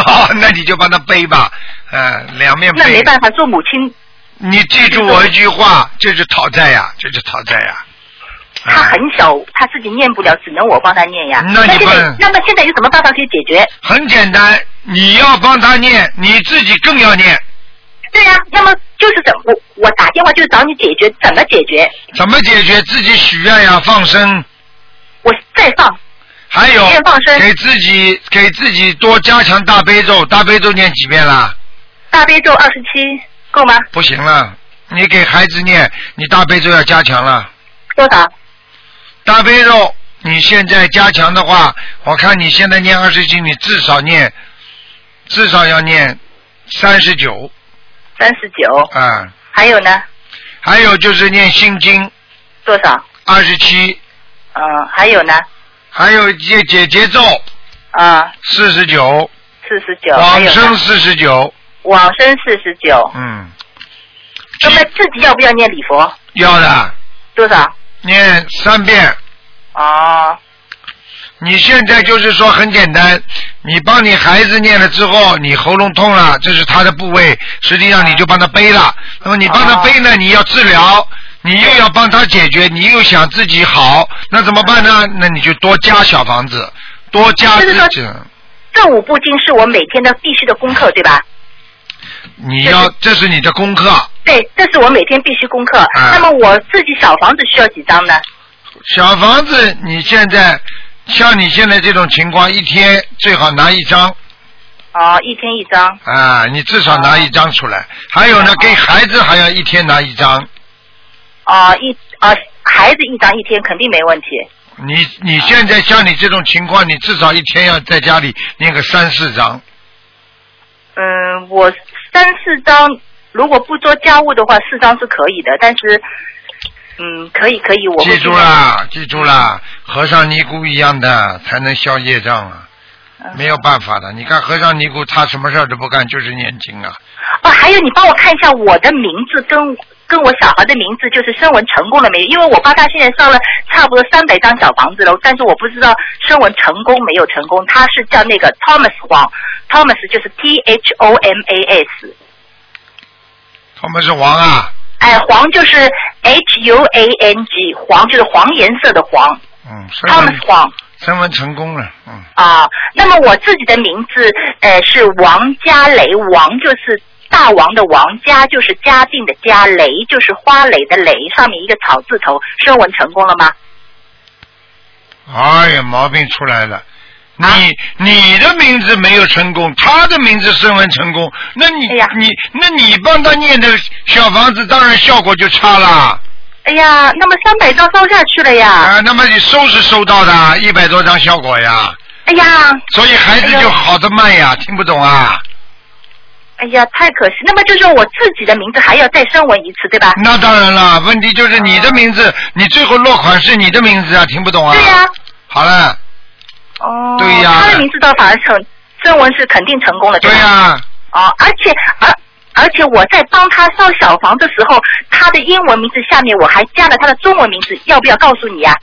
[SPEAKER 1] 好，哦那你就帮他背吧，呃，两面
[SPEAKER 4] 那没
[SPEAKER 1] 背。
[SPEAKER 4] 办法，做母亲
[SPEAKER 1] 你记住我一句话，这是讨债呀、这是讨债呀、啊。
[SPEAKER 4] 他很小，他自己念不了，只能我帮他念呀。
[SPEAKER 1] 那你
[SPEAKER 4] 现在
[SPEAKER 1] 问
[SPEAKER 4] 那么现在有什么办法可以解决？
[SPEAKER 1] 很简单，你要帮他念，你自己更要念。
[SPEAKER 4] 对呀、那么就是怎我我打电话就是找你解决，怎么解决？
[SPEAKER 1] 怎么解决？自己许愿呀，放生，
[SPEAKER 4] 我再放
[SPEAKER 1] 还有
[SPEAKER 4] 许愿放生
[SPEAKER 1] 给自己给自己多加强大悲咒，大悲咒念几遍啦？
[SPEAKER 4] 大悲咒二十七够吗？
[SPEAKER 1] 不行了，你给孩子念，你大悲咒要加强了。
[SPEAKER 4] 多少？
[SPEAKER 1] 大悲咒，你现在加强的话，我看你现在念二十七，你至少念，至少要念三十九
[SPEAKER 4] 三十九。
[SPEAKER 1] 啊。
[SPEAKER 4] 还有呢？
[SPEAKER 1] 还有就是念心经
[SPEAKER 4] 多少？
[SPEAKER 1] 二十七，
[SPEAKER 4] 嗯、还有呢？
[SPEAKER 1] 还有解解结咒
[SPEAKER 4] 啊、
[SPEAKER 1] 四十九，
[SPEAKER 4] 四十九。还
[SPEAKER 1] 往
[SPEAKER 4] 有
[SPEAKER 1] 生
[SPEAKER 4] 呢？
[SPEAKER 1] 四十九，
[SPEAKER 4] 往生四十九。
[SPEAKER 1] 嗯，
[SPEAKER 4] 那么自己要不要念礼佛？
[SPEAKER 1] 要的，
[SPEAKER 4] 多少？
[SPEAKER 1] 念三遍。
[SPEAKER 4] 哦，
[SPEAKER 1] 你现在就是说很简单，你帮你孩子念了之后，你喉咙痛了，这是他的部位，实际上你就帮他背了。那么你帮他背呢，你要治疗，你又要帮他解决，你又想自己好，那怎么办呢？那你就多加小房子，多加
[SPEAKER 4] 就是说
[SPEAKER 1] 自己。
[SPEAKER 4] 这五部经是我每天的必须的功课，对吧？
[SPEAKER 1] 你要，这是你的功课。
[SPEAKER 4] 对，这是我每天必须功课。
[SPEAKER 1] 嗯
[SPEAKER 4] 那么我自己小房子需要几张呢？
[SPEAKER 1] 小房子，你现在像你现在这种情况，一天最好拿一张
[SPEAKER 4] 哦，一天一张。
[SPEAKER 1] 啊，你至少拿一张出来。还有呢，给孩子还要一天拿一张。
[SPEAKER 4] 哦，一哦，孩子一张一天肯定没问题。
[SPEAKER 1] 你你现在像你这种情况，你至少一天要在家里念个三四章，
[SPEAKER 4] 嗯，我三四张，如果不做家务的话，四张是可以的。但是，嗯，可以可以，我会
[SPEAKER 1] 记住
[SPEAKER 4] 尽量。
[SPEAKER 1] 啦，记住啦，和尚尼姑一样的才能消业障啊，没有办法的。你看和尚尼姑，他什么事儿都不干，就是念经啊。
[SPEAKER 4] 哦，还有你帮我看一下我的名字跟跟我小孩的名字，就是声纹成功了没有？因为我帮他现在上了差不多三百张小房子了，但是我不知道声纹成功没有成功。他是叫那个 Thomas 黄，Thomas 就是 T H O M A S，
[SPEAKER 1] 他们是王啊，
[SPEAKER 4] 哎，黄就是 H U A N G，黄就是黄颜色的黄
[SPEAKER 1] 嗯，升
[SPEAKER 4] ，Thomas
[SPEAKER 1] 温
[SPEAKER 4] 黄。
[SPEAKER 1] 升温成功了，嗯，
[SPEAKER 4] 啊，那么我自己的名字，呃，是王家雷，王就是大王的王，家就是嘉定的家，雷就是花蕾的蕾，上面一个草字头，声纹成功了吗？
[SPEAKER 1] 哎呀，毛病出来了。你、
[SPEAKER 4] 啊
[SPEAKER 1] 你的名字没有成功，他的名字升温成功，那你、
[SPEAKER 4] 哎呀
[SPEAKER 1] 你那你帮他念的小房子，当然效果就差啦。
[SPEAKER 4] 哎呀，那么三百张烧下去了呀！
[SPEAKER 1] 啊，那么你收是收到的，一百多张效果呀，
[SPEAKER 4] 哎呀，
[SPEAKER 1] 所以孩子
[SPEAKER 4] 哎
[SPEAKER 1] 就
[SPEAKER 4] 呦
[SPEAKER 1] 好的慢呀，听不懂啊？
[SPEAKER 4] 哎呀，太可惜。那么就是我自己的名字还要再声纹一次，对吧？
[SPEAKER 1] 那当然了，问题就是你的名字，你最后落款是你的名字啊，听不懂啊？
[SPEAKER 4] 对呀、
[SPEAKER 1] 好了，
[SPEAKER 4] 哦，
[SPEAKER 1] 对呀
[SPEAKER 4] 他的名字倒反而成声纹是肯定成功了，
[SPEAKER 1] 对
[SPEAKER 4] 吧？
[SPEAKER 1] 呀、
[SPEAKER 4] 哦，而且而而且我在帮他烧小房的时候，他的英文名字下面我还加了他的中文名字，要不要告诉你啊呀、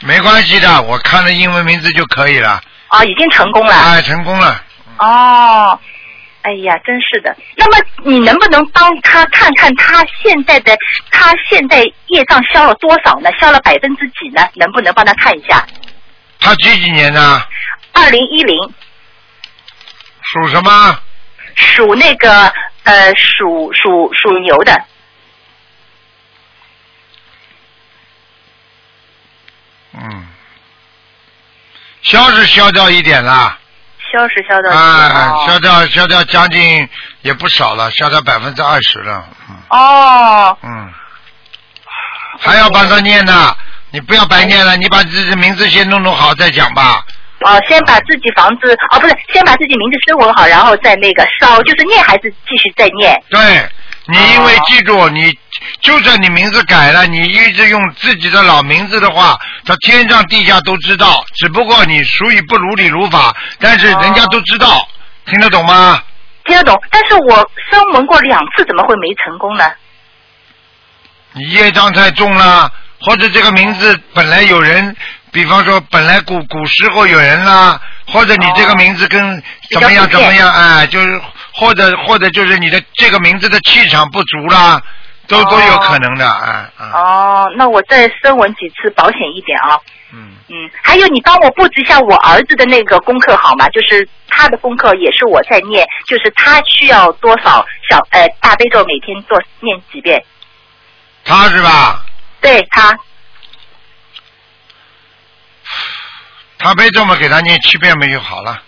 [SPEAKER 1] 没关系的，我看了英文名字就可以了，
[SPEAKER 4] 啊？哦，已经成功了。
[SPEAKER 1] 嗯哎，成功了。
[SPEAKER 4] 哦，哎呀，真是的。那么你能不能帮他看看他现在的他现在业障消了多少呢？消了百分之几呢？能不能帮他看一下？
[SPEAKER 1] 他几几年的？
[SPEAKER 4] 二零一零
[SPEAKER 1] 属什么？
[SPEAKER 4] 属那个呃属属属牛的，
[SPEAKER 1] 嗯，消是消掉一点啦，
[SPEAKER 4] 消是消到几
[SPEAKER 1] 啊，
[SPEAKER 4] 哦
[SPEAKER 1] 消掉消掉将近也不少了，消掉百分之二十了，嗯
[SPEAKER 4] 哦，
[SPEAKER 1] 嗯，还要帮他念呢，你不要白念了，你把自己名字先弄弄好再讲吧，
[SPEAKER 4] 哦，先把自己房子哦，不是，先把自己名字申文好，然后再那个烧，就是念还是继续再念？
[SPEAKER 1] 对。你因为
[SPEAKER 4] 哦
[SPEAKER 1] 记住，你就算你名字改了，你一直用自己的老名字的话，他天上地下都知道。只不过你属于不如理如法，但
[SPEAKER 4] 哦
[SPEAKER 1] 是人家都知道，听得懂吗？
[SPEAKER 4] 听得懂？但是我申文过两次，怎么会没成功呢？
[SPEAKER 1] 你业障太重了，或者这个名字本来有人，比方说本来古古时候有人啦，或者你这个名字跟怎么样
[SPEAKER 4] 哦
[SPEAKER 1] 怎
[SPEAKER 4] 比较普遍
[SPEAKER 1] 么样，哎，就是或者或者就是你的这个名字的气场不足啦，都
[SPEAKER 4] 哦
[SPEAKER 1] 都有可能的，哎，啊
[SPEAKER 4] 哦，那我再申文几次，保险一点啊。
[SPEAKER 1] 嗯，
[SPEAKER 4] 嗯，还有你帮我布置一下我儿子的那个功课好吗？就是他的功课也是我在念，就是他需要多少小呃大悲咒每天做念几遍？
[SPEAKER 1] 他是吧？
[SPEAKER 4] 对他
[SPEAKER 1] 他被这么给他念七遍没就好了，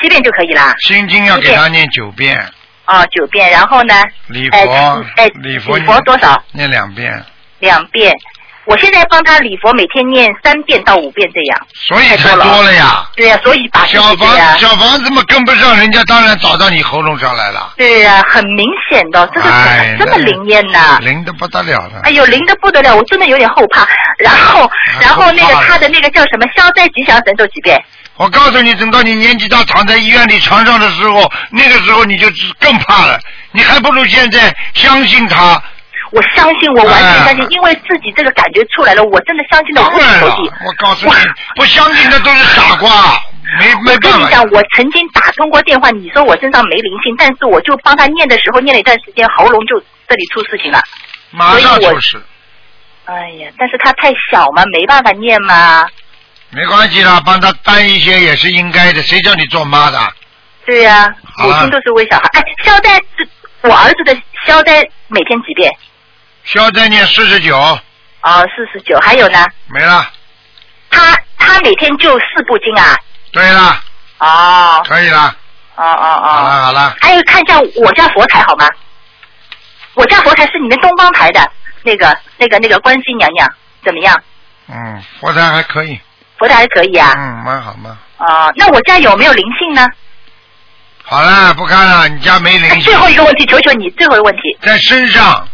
[SPEAKER 4] 七遍就可以啦，
[SPEAKER 1] 心经要给他念九遍，
[SPEAKER 4] 哦九遍，然后呢？
[SPEAKER 1] 礼
[SPEAKER 4] 哎
[SPEAKER 1] 佛
[SPEAKER 4] 哎，
[SPEAKER 1] 礼佛
[SPEAKER 4] 礼佛
[SPEAKER 1] 念
[SPEAKER 4] 多少？
[SPEAKER 1] 念两遍，
[SPEAKER 4] 两遍。我现在帮他礼佛，每天念三遍到五遍这样。
[SPEAKER 1] 所以
[SPEAKER 4] 太
[SPEAKER 1] 太
[SPEAKER 4] 多了
[SPEAKER 1] 多了呀。
[SPEAKER 4] 对呀、所以把这
[SPEAKER 1] 小
[SPEAKER 4] 个呀、
[SPEAKER 1] 房小房子嘛跟不上，人家当然找到你喉咙上来了。
[SPEAKER 4] 对呀、很明显的，这个怎么、
[SPEAKER 1] 哎
[SPEAKER 4] 这么灵验呐、
[SPEAKER 1] 灵的不得了了。
[SPEAKER 4] 哎呦，灵的不得了，我真的有点后怕。然后，然后那个
[SPEAKER 1] 啊后怕了
[SPEAKER 4] 他的那个叫什么消灾吉祥神咒几遍？
[SPEAKER 1] 我告诉你，等到你年纪大躺在医院里床上的时候，那个时候你就更怕了。你还不如现在相信他。
[SPEAKER 4] 我相信，我完全相信，
[SPEAKER 1] 哎
[SPEAKER 4] 因为自己这个感觉出来了，我真的相信到
[SPEAKER 1] 当
[SPEAKER 4] 无
[SPEAKER 1] 然了
[SPEAKER 4] 以投地。，
[SPEAKER 1] 我告诉你
[SPEAKER 4] 哇，
[SPEAKER 1] 不相信的都是傻瓜，没没
[SPEAKER 4] 我跟
[SPEAKER 1] 办
[SPEAKER 4] 你
[SPEAKER 1] 法
[SPEAKER 4] 讲。，我曾经打通过电话，你说我身上没灵性，但是我就帮他念的时候，念了一段时间，喉咙就这里出事情了。
[SPEAKER 1] 马上就是，
[SPEAKER 4] 哎呀，但是他太小嘛，没办法念嘛。
[SPEAKER 1] 没关系啦，帮他担一些也是应该的。谁叫你做妈的？
[SPEAKER 4] 对呀、
[SPEAKER 1] 好
[SPEAKER 4] 母
[SPEAKER 1] 啊
[SPEAKER 4] 亲都是为小孩。哎，消灾，我儿子的消灾每天几遍？
[SPEAKER 1] 消灾念四十九，
[SPEAKER 4] 哦，四十九。还有呢，
[SPEAKER 1] 没了。
[SPEAKER 4] 他他每天就四部经啊。
[SPEAKER 1] 对了，
[SPEAKER 4] 哦
[SPEAKER 1] 可以了，
[SPEAKER 4] 哦哦
[SPEAKER 1] 好了
[SPEAKER 4] 哦。
[SPEAKER 1] 好了，
[SPEAKER 4] 还有看一下我家佛台好吗？我家佛台是你们东方台的那个那个那个观世音娘娘怎么样？
[SPEAKER 1] 嗯，佛台还可以，
[SPEAKER 4] 佛台还可以啊。
[SPEAKER 1] 嗯，蛮好蛮好。
[SPEAKER 4] 哦，那我家有没有灵性呢？
[SPEAKER 1] 好了，不看了，你家没
[SPEAKER 4] 哎
[SPEAKER 1] 灵性
[SPEAKER 4] 最，后一个问题，求求你，最后一个问题，
[SPEAKER 1] 在身上。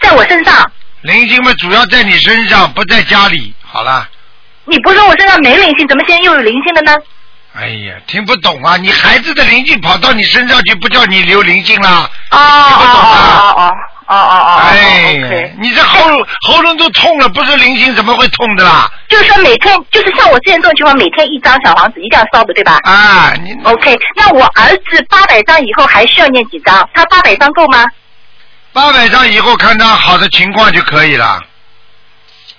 [SPEAKER 4] 在我身上，
[SPEAKER 1] 灵性嘛，主要在你身上，不在家里。好了，
[SPEAKER 4] 你不是说我身上没灵性，怎么现在又有灵性了呢？
[SPEAKER 1] 哎呀，听不懂啊！你孩子的灵性跑到你身上去，不叫你留灵性啦。
[SPEAKER 4] 哦哦哦哦哦哦哦
[SPEAKER 1] 哎呀
[SPEAKER 4] OK，，
[SPEAKER 1] 你这喉喉咙都痛了，不是灵性怎么会痛的啦？
[SPEAKER 4] 就是说每天，就是像我之前这种情况，每天一张小房子一定要烧的，对吧
[SPEAKER 1] 啊，你
[SPEAKER 4] ？OK，那我儿子八百张以后还需要念几张？他八百张够吗？
[SPEAKER 1] 八百张以后看他好的情况就可以了，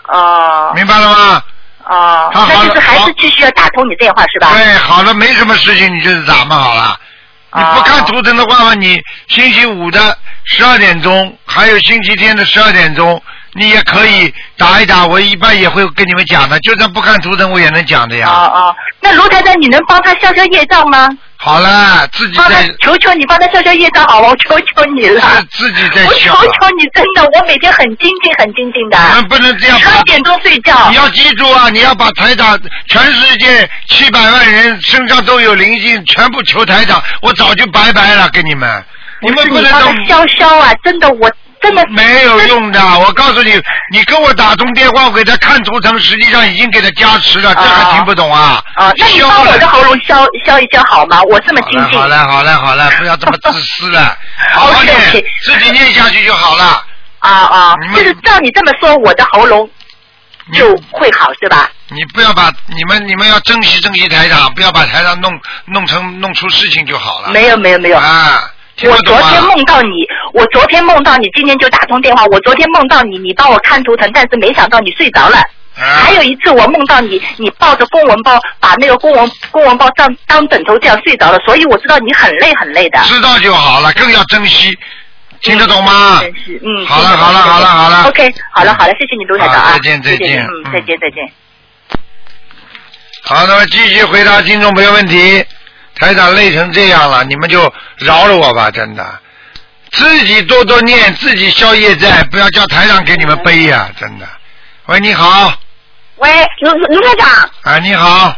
[SPEAKER 4] 哦
[SPEAKER 1] 明白了吗？
[SPEAKER 4] 哦，
[SPEAKER 1] 好
[SPEAKER 4] 那
[SPEAKER 1] 好
[SPEAKER 4] 就是还
[SPEAKER 1] 好
[SPEAKER 4] 是继续要打通你电话是吧？
[SPEAKER 1] 对，哎好了，没什么事情，你就是咱们好了。
[SPEAKER 4] 哦
[SPEAKER 1] 你不看图腾的话嘛，你星期五的十二点钟，还有星期天的十二点钟，你也可以打一打。我一般也会跟你们讲的，就算不看图腾，我也能讲的
[SPEAKER 4] 哦
[SPEAKER 1] 呀。
[SPEAKER 4] 哦，那卢台长，你能帮他消消业障吗？
[SPEAKER 1] 好了，自己
[SPEAKER 4] 帮他
[SPEAKER 1] 在，
[SPEAKER 4] 求求你帮他消消业障哦好吗？我求求你啊了，
[SPEAKER 1] 自自己在
[SPEAKER 4] 我求
[SPEAKER 1] 消了。
[SPEAKER 4] 求你，真的，我每天很精进，很精进的，
[SPEAKER 1] 你们不能这样
[SPEAKER 4] 十二
[SPEAKER 1] 把。
[SPEAKER 4] 点钟睡觉
[SPEAKER 1] 你。要记住啊！你要把台长，全世界七百万人身上都有灵性，全部求台长，我早就拜拜了，跟你们。你们不
[SPEAKER 4] 你
[SPEAKER 1] 能
[SPEAKER 4] 帮
[SPEAKER 1] 等
[SPEAKER 4] 他消消啊！真的，我真的
[SPEAKER 1] 没有 用的，我告诉你，你跟我打通电话，我给他看图腾，实际上已经给他加持
[SPEAKER 5] 啊
[SPEAKER 1] 了，这还听不懂啊？
[SPEAKER 4] 啊，那你
[SPEAKER 1] 消
[SPEAKER 4] 帮我的
[SPEAKER 1] 了。
[SPEAKER 4] 喉咙消消一消好吗？我这么精进
[SPEAKER 1] 好了好了好了，不要这么自私 了，好好
[SPEAKER 4] OK，OK
[SPEAKER 1] 念，自己念下去就好了。
[SPEAKER 4] 啊啊
[SPEAKER 1] 你，们
[SPEAKER 4] 就是照你这么说，我的喉咙
[SPEAKER 1] 你
[SPEAKER 4] 就会好是吧？
[SPEAKER 1] 你不要把你们你们要珍惜珍惜台长，不要把台长弄弄成弄出事情就好了。
[SPEAKER 5] 没有没有没有，
[SPEAKER 1] 啊，听
[SPEAKER 5] 我
[SPEAKER 1] 得懂
[SPEAKER 5] 昨
[SPEAKER 1] 吗
[SPEAKER 5] 天梦到你，我昨天梦到你，今天就打通电话。我昨天梦到你，你帮我看图腾，但是没想到你睡着了。
[SPEAKER 1] 啊
[SPEAKER 5] 还有一次我梦到你，你抱着公文包，把那个公文公文包当当枕头这样睡着了，所以我知道你很累很累的。
[SPEAKER 1] 知道就好了，更要珍惜，听得懂吗？
[SPEAKER 5] 真是，嗯，
[SPEAKER 1] 好了
[SPEAKER 5] 谢谢
[SPEAKER 1] 好了
[SPEAKER 5] 谢谢
[SPEAKER 1] 好了好了
[SPEAKER 5] OK，好了好了，谢谢你卢台长
[SPEAKER 1] 好
[SPEAKER 5] 啊，
[SPEAKER 1] 再见
[SPEAKER 5] 谢谢
[SPEAKER 1] 再见
[SPEAKER 5] 嗯，
[SPEAKER 1] 嗯
[SPEAKER 5] 再见再见。
[SPEAKER 1] 好，那么继续回答听众朋友问题。台长累成这样了，你们就饶了我吧，真的。自己多多念，自己消业债，不要叫台长给你们背呀、真的。喂，你好，
[SPEAKER 4] 喂，卢卢台长，
[SPEAKER 1] 啊，你好，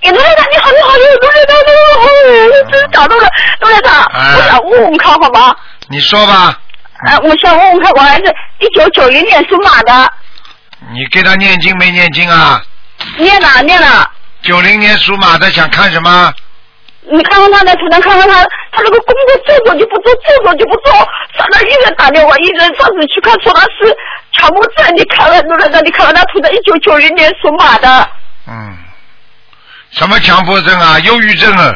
[SPEAKER 4] 哎，卢台长你好，你好，你好卢台长，你好，我真是打动了，卢台长，
[SPEAKER 1] 哎嗯
[SPEAKER 4] 我想问问看好吗？
[SPEAKER 1] 你说吧，
[SPEAKER 4] 哎、我想问问看，我儿子一九九零年属马的，
[SPEAKER 1] 你给他念经没念经啊？
[SPEAKER 4] 念了念了，
[SPEAKER 1] 九零年属马的想看什么？
[SPEAKER 4] 你看看他的图腾，看看他，他这个工作做做就不做，做做就不做，上了医院打电话，医人上次去看说他是强迫症，你看看卢台长，你看看他图腾，一九九零年属马的，
[SPEAKER 1] 嗯，什么强迫症啊？忧郁症啊？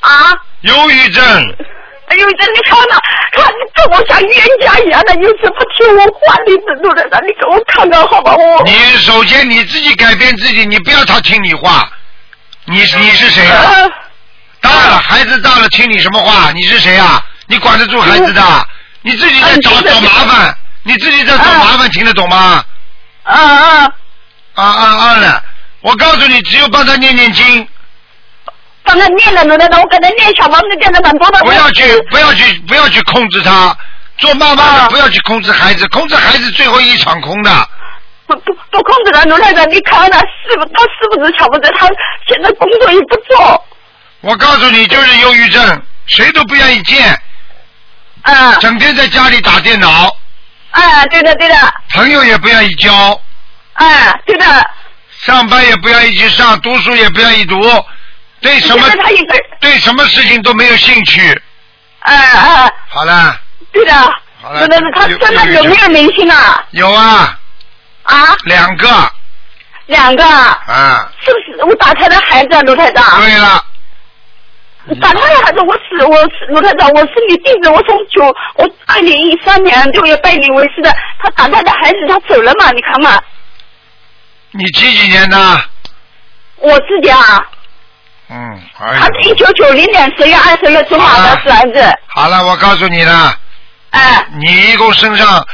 [SPEAKER 4] 啊。
[SPEAKER 1] 忧郁症，
[SPEAKER 4] 哎呦，这你看呐，他这我像冤家一样的，有时不听我话，你这路人，你给我看看好吧？我
[SPEAKER 1] 你首先你自己改变自己，你不要他听你话。你你是谁啊？
[SPEAKER 4] 呃
[SPEAKER 1] 大了，孩子大了，听你什么话？你是谁啊？你管得住孩子的？你自己在找
[SPEAKER 4] 嗯嗯是的
[SPEAKER 1] 找麻烦，你自己在找麻烦，听得懂吗？
[SPEAKER 4] 啊啊，
[SPEAKER 1] 啊啊啊了！我告诉你，只有帮他念念经，
[SPEAKER 4] 帮他念了，路人，我给他念小房子念的蛮多的。
[SPEAKER 1] 不要去不要去不要去控制他。做妈妈的
[SPEAKER 4] 啊
[SPEAKER 1] 不要去控制孩子，控制孩子最后一场空的。
[SPEAKER 4] 不不不控制了，卢台长，你看看他是不，他是不是瞧不得他现在工作也不做，
[SPEAKER 1] 我告诉你，就是忧郁症，谁都不愿意见，
[SPEAKER 4] 啊
[SPEAKER 1] 整天在家里打电脑，
[SPEAKER 4] 啊，对的对的，
[SPEAKER 1] 朋友也不愿意交，
[SPEAKER 4] 啊对的，
[SPEAKER 1] 上班也不愿意去上，读书也不愿意读，对什
[SPEAKER 4] 现
[SPEAKER 1] 么
[SPEAKER 4] 在他一个人，
[SPEAKER 1] 对什么事情都没有兴趣。
[SPEAKER 4] 啊啊，
[SPEAKER 1] 好了，
[SPEAKER 4] 对的，
[SPEAKER 1] 好了
[SPEAKER 4] 真的是他
[SPEAKER 1] 有
[SPEAKER 4] 真的
[SPEAKER 1] 有
[SPEAKER 4] 有没有明星啊？
[SPEAKER 1] 有啊，
[SPEAKER 4] 啊，
[SPEAKER 1] 两个
[SPEAKER 4] 两个啊，
[SPEAKER 1] 啊。
[SPEAKER 4] 是不是我打他的孩子啊，卢台长？
[SPEAKER 1] 对了，
[SPEAKER 4] 打胎还是我是我是卢台长，我是你弟子，我从九我二零一三年六月拜你为师的，他打胎的孩子他走了嘛，你看嘛，
[SPEAKER 1] 你几几年的？
[SPEAKER 4] 我自己啊，
[SPEAKER 1] 嗯，
[SPEAKER 4] 他
[SPEAKER 1] 哎
[SPEAKER 4] 是一
[SPEAKER 1] 呦，
[SPEAKER 4] 九九零年十月二十日出马
[SPEAKER 1] 啊
[SPEAKER 4] 的是儿子，
[SPEAKER 1] 好了，我告诉你了，
[SPEAKER 4] 哎，
[SPEAKER 1] 你一共身上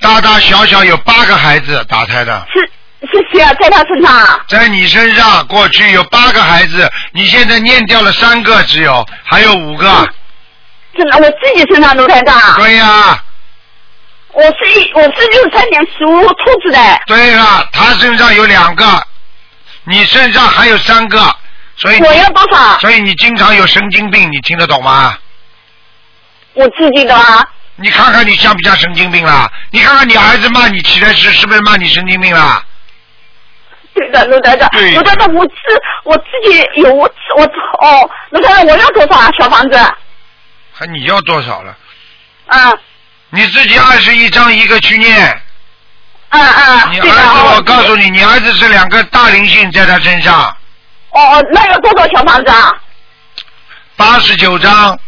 [SPEAKER 1] 大大小小有八个孩子打胎的，
[SPEAKER 4] 是是谁啊，在他身上啊？
[SPEAKER 1] 在你身上过去有八个孩子，你现在念掉了三个，只有还有五个。
[SPEAKER 4] 嗯真的，我自己身上卢台长，
[SPEAKER 1] 对呀、
[SPEAKER 4] 我是一我是六三年属兔子的，
[SPEAKER 1] 对了，他身上有两个，你身上还有三个，所以你
[SPEAKER 4] 我要多少？
[SPEAKER 1] 所以你经常有神经病，你听得懂吗？
[SPEAKER 4] 我自己的啊，
[SPEAKER 1] 你看看你像不像神经病啦？你看看你儿子骂你起来时是不是骂你神经病啦？
[SPEAKER 4] 对的，卢台长
[SPEAKER 1] 对，
[SPEAKER 4] 卢台长，我自我自己有我自我哦，卢台长，我要多少啊？小房子？
[SPEAKER 1] 还你要多少了？
[SPEAKER 4] 啊
[SPEAKER 1] 你自己二十一张一个去念，
[SPEAKER 4] 啊啊！
[SPEAKER 1] 你儿
[SPEAKER 4] 对的
[SPEAKER 1] 子
[SPEAKER 4] 哦
[SPEAKER 1] 我告诉你，你儿子是两个大灵性在他身上，
[SPEAKER 4] 哦哦，那要多少小房子啊？
[SPEAKER 1] 八十九张。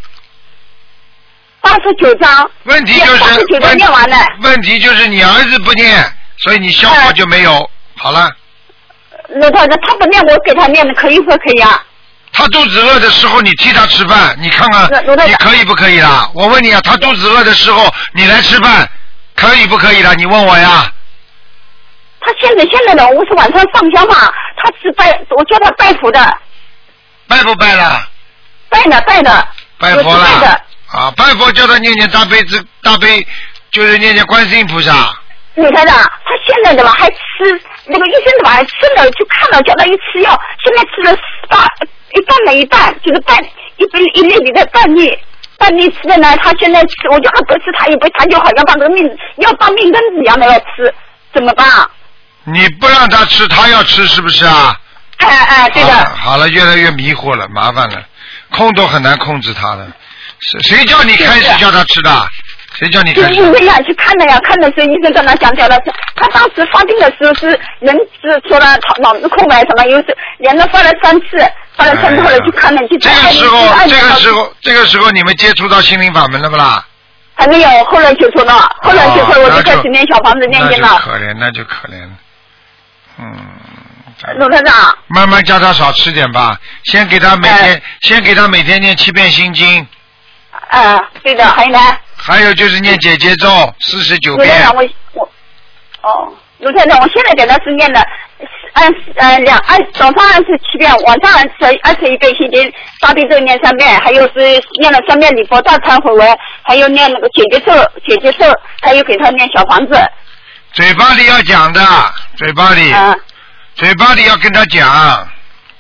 [SPEAKER 4] 八十九张。
[SPEAKER 1] 问题就
[SPEAKER 4] 八
[SPEAKER 1] 是
[SPEAKER 4] 十九张念完了。嗯
[SPEAKER 1] 问题就是你儿子不念，所以你效果就没有。好了，
[SPEAKER 4] 那他他不念，我给他念，可以不可以啊？
[SPEAKER 1] 他肚子饿的时候你替他吃饭，你看看
[SPEAKER 4] 那那那
[SPEAKER 1] 你可以不可以啦？我问你啊，他肚子饿的时候你来吃饭，可以不可以啦？你问我呀。
[SPEAKER 4] 他现在现在呢，我是晚上上香嘛，他是拜，我叫他拜佛的，
[SPEAKER 1] 拜不拜啦？
[SPEAKER 4] 拜呢拜呢。
[SPEAKER 1] 拜佛
[SPEAKER 4] 我是拜
[SPEAKER 1] 啦
[SPEAKER 4] 的。
[SPEAKER 1] 啊，拜佛叫他念念大悲之大悲，就是念念观世音菩萨。
[SPEAKER 4] 你台长，啊他现在怎么还吃那个医生怎么还吃了？就看了叫他一吃药，现在吃了大一半了一半，就是半一杯一粒里的半粒。半粒吃的呢，他现在吃，我叫他不吃，他也不，他就好像把这个命要当命根子一样的要吃，怎么办啊？
[SPEAKER 1] 你不让他吃，他要吃是不是啊？
[SPEAKER 4] 哎哎，对的，
[SPEAKER 1] 啊好了，越来越迷惑了，麻烦了，控都很难控制他了。谁谁叫你开始叫他吃的？谁叫你
[SPEAKER 4] 就
[SPEAKER 1] 看
[SPEAKER 4] 因为呀去看了呀，看了，所以医生跟他讲掉了。他当时发病的时候是人是除了头脑子空白什么，又是连着发了三次，发了三次，后来去看了， 去
[SPEAKER 1] 这个时候，这个时候，这个时候你们接触到心灵法门了不啦？哦
[SPEAKER 4] 还没有，后来接触了，后来接触我就开始念小房子念
[SPEAKER 1] 啊那
[SPEAKER 4] 经
[SPEAKER 1] 就
[SPEAKER 4] 了。
[SPEAKER 1] 可怜，那就可怜了。嗯，
[SPEAKER 4] 鲁科长，
[SPEAKER 1] 慢慢叫他少吃点吧，先给他每
[SPEAKER 4] 哎
[SPEAKER 1] 天，先给他每天念七遍心经，
[SPEAKER 4] 呃，对的，还有呢，
[SPEAKER 1] 还有就是念姐姐咒四十九
[SPEAKER 4] 鲁科
[SPEAKER 1] 遍
[SPEAKER 4] 长，。我我哦，鲁科长，我现在给他是念的。二十呃两二早上二十七遍，晚上二十二十一遍心经，大悲咒念三遍，还有是念了三遍礼佛大忏悔文，还有念那个姐姐咒姐姐咒，还有给他念小房子，
[SPEAKER 1] 嘴巴里要讲的，嘴巴里，
[SPEAKER 4] 嗯
[SPEAKER 1] 嘴巴里要跟他讲，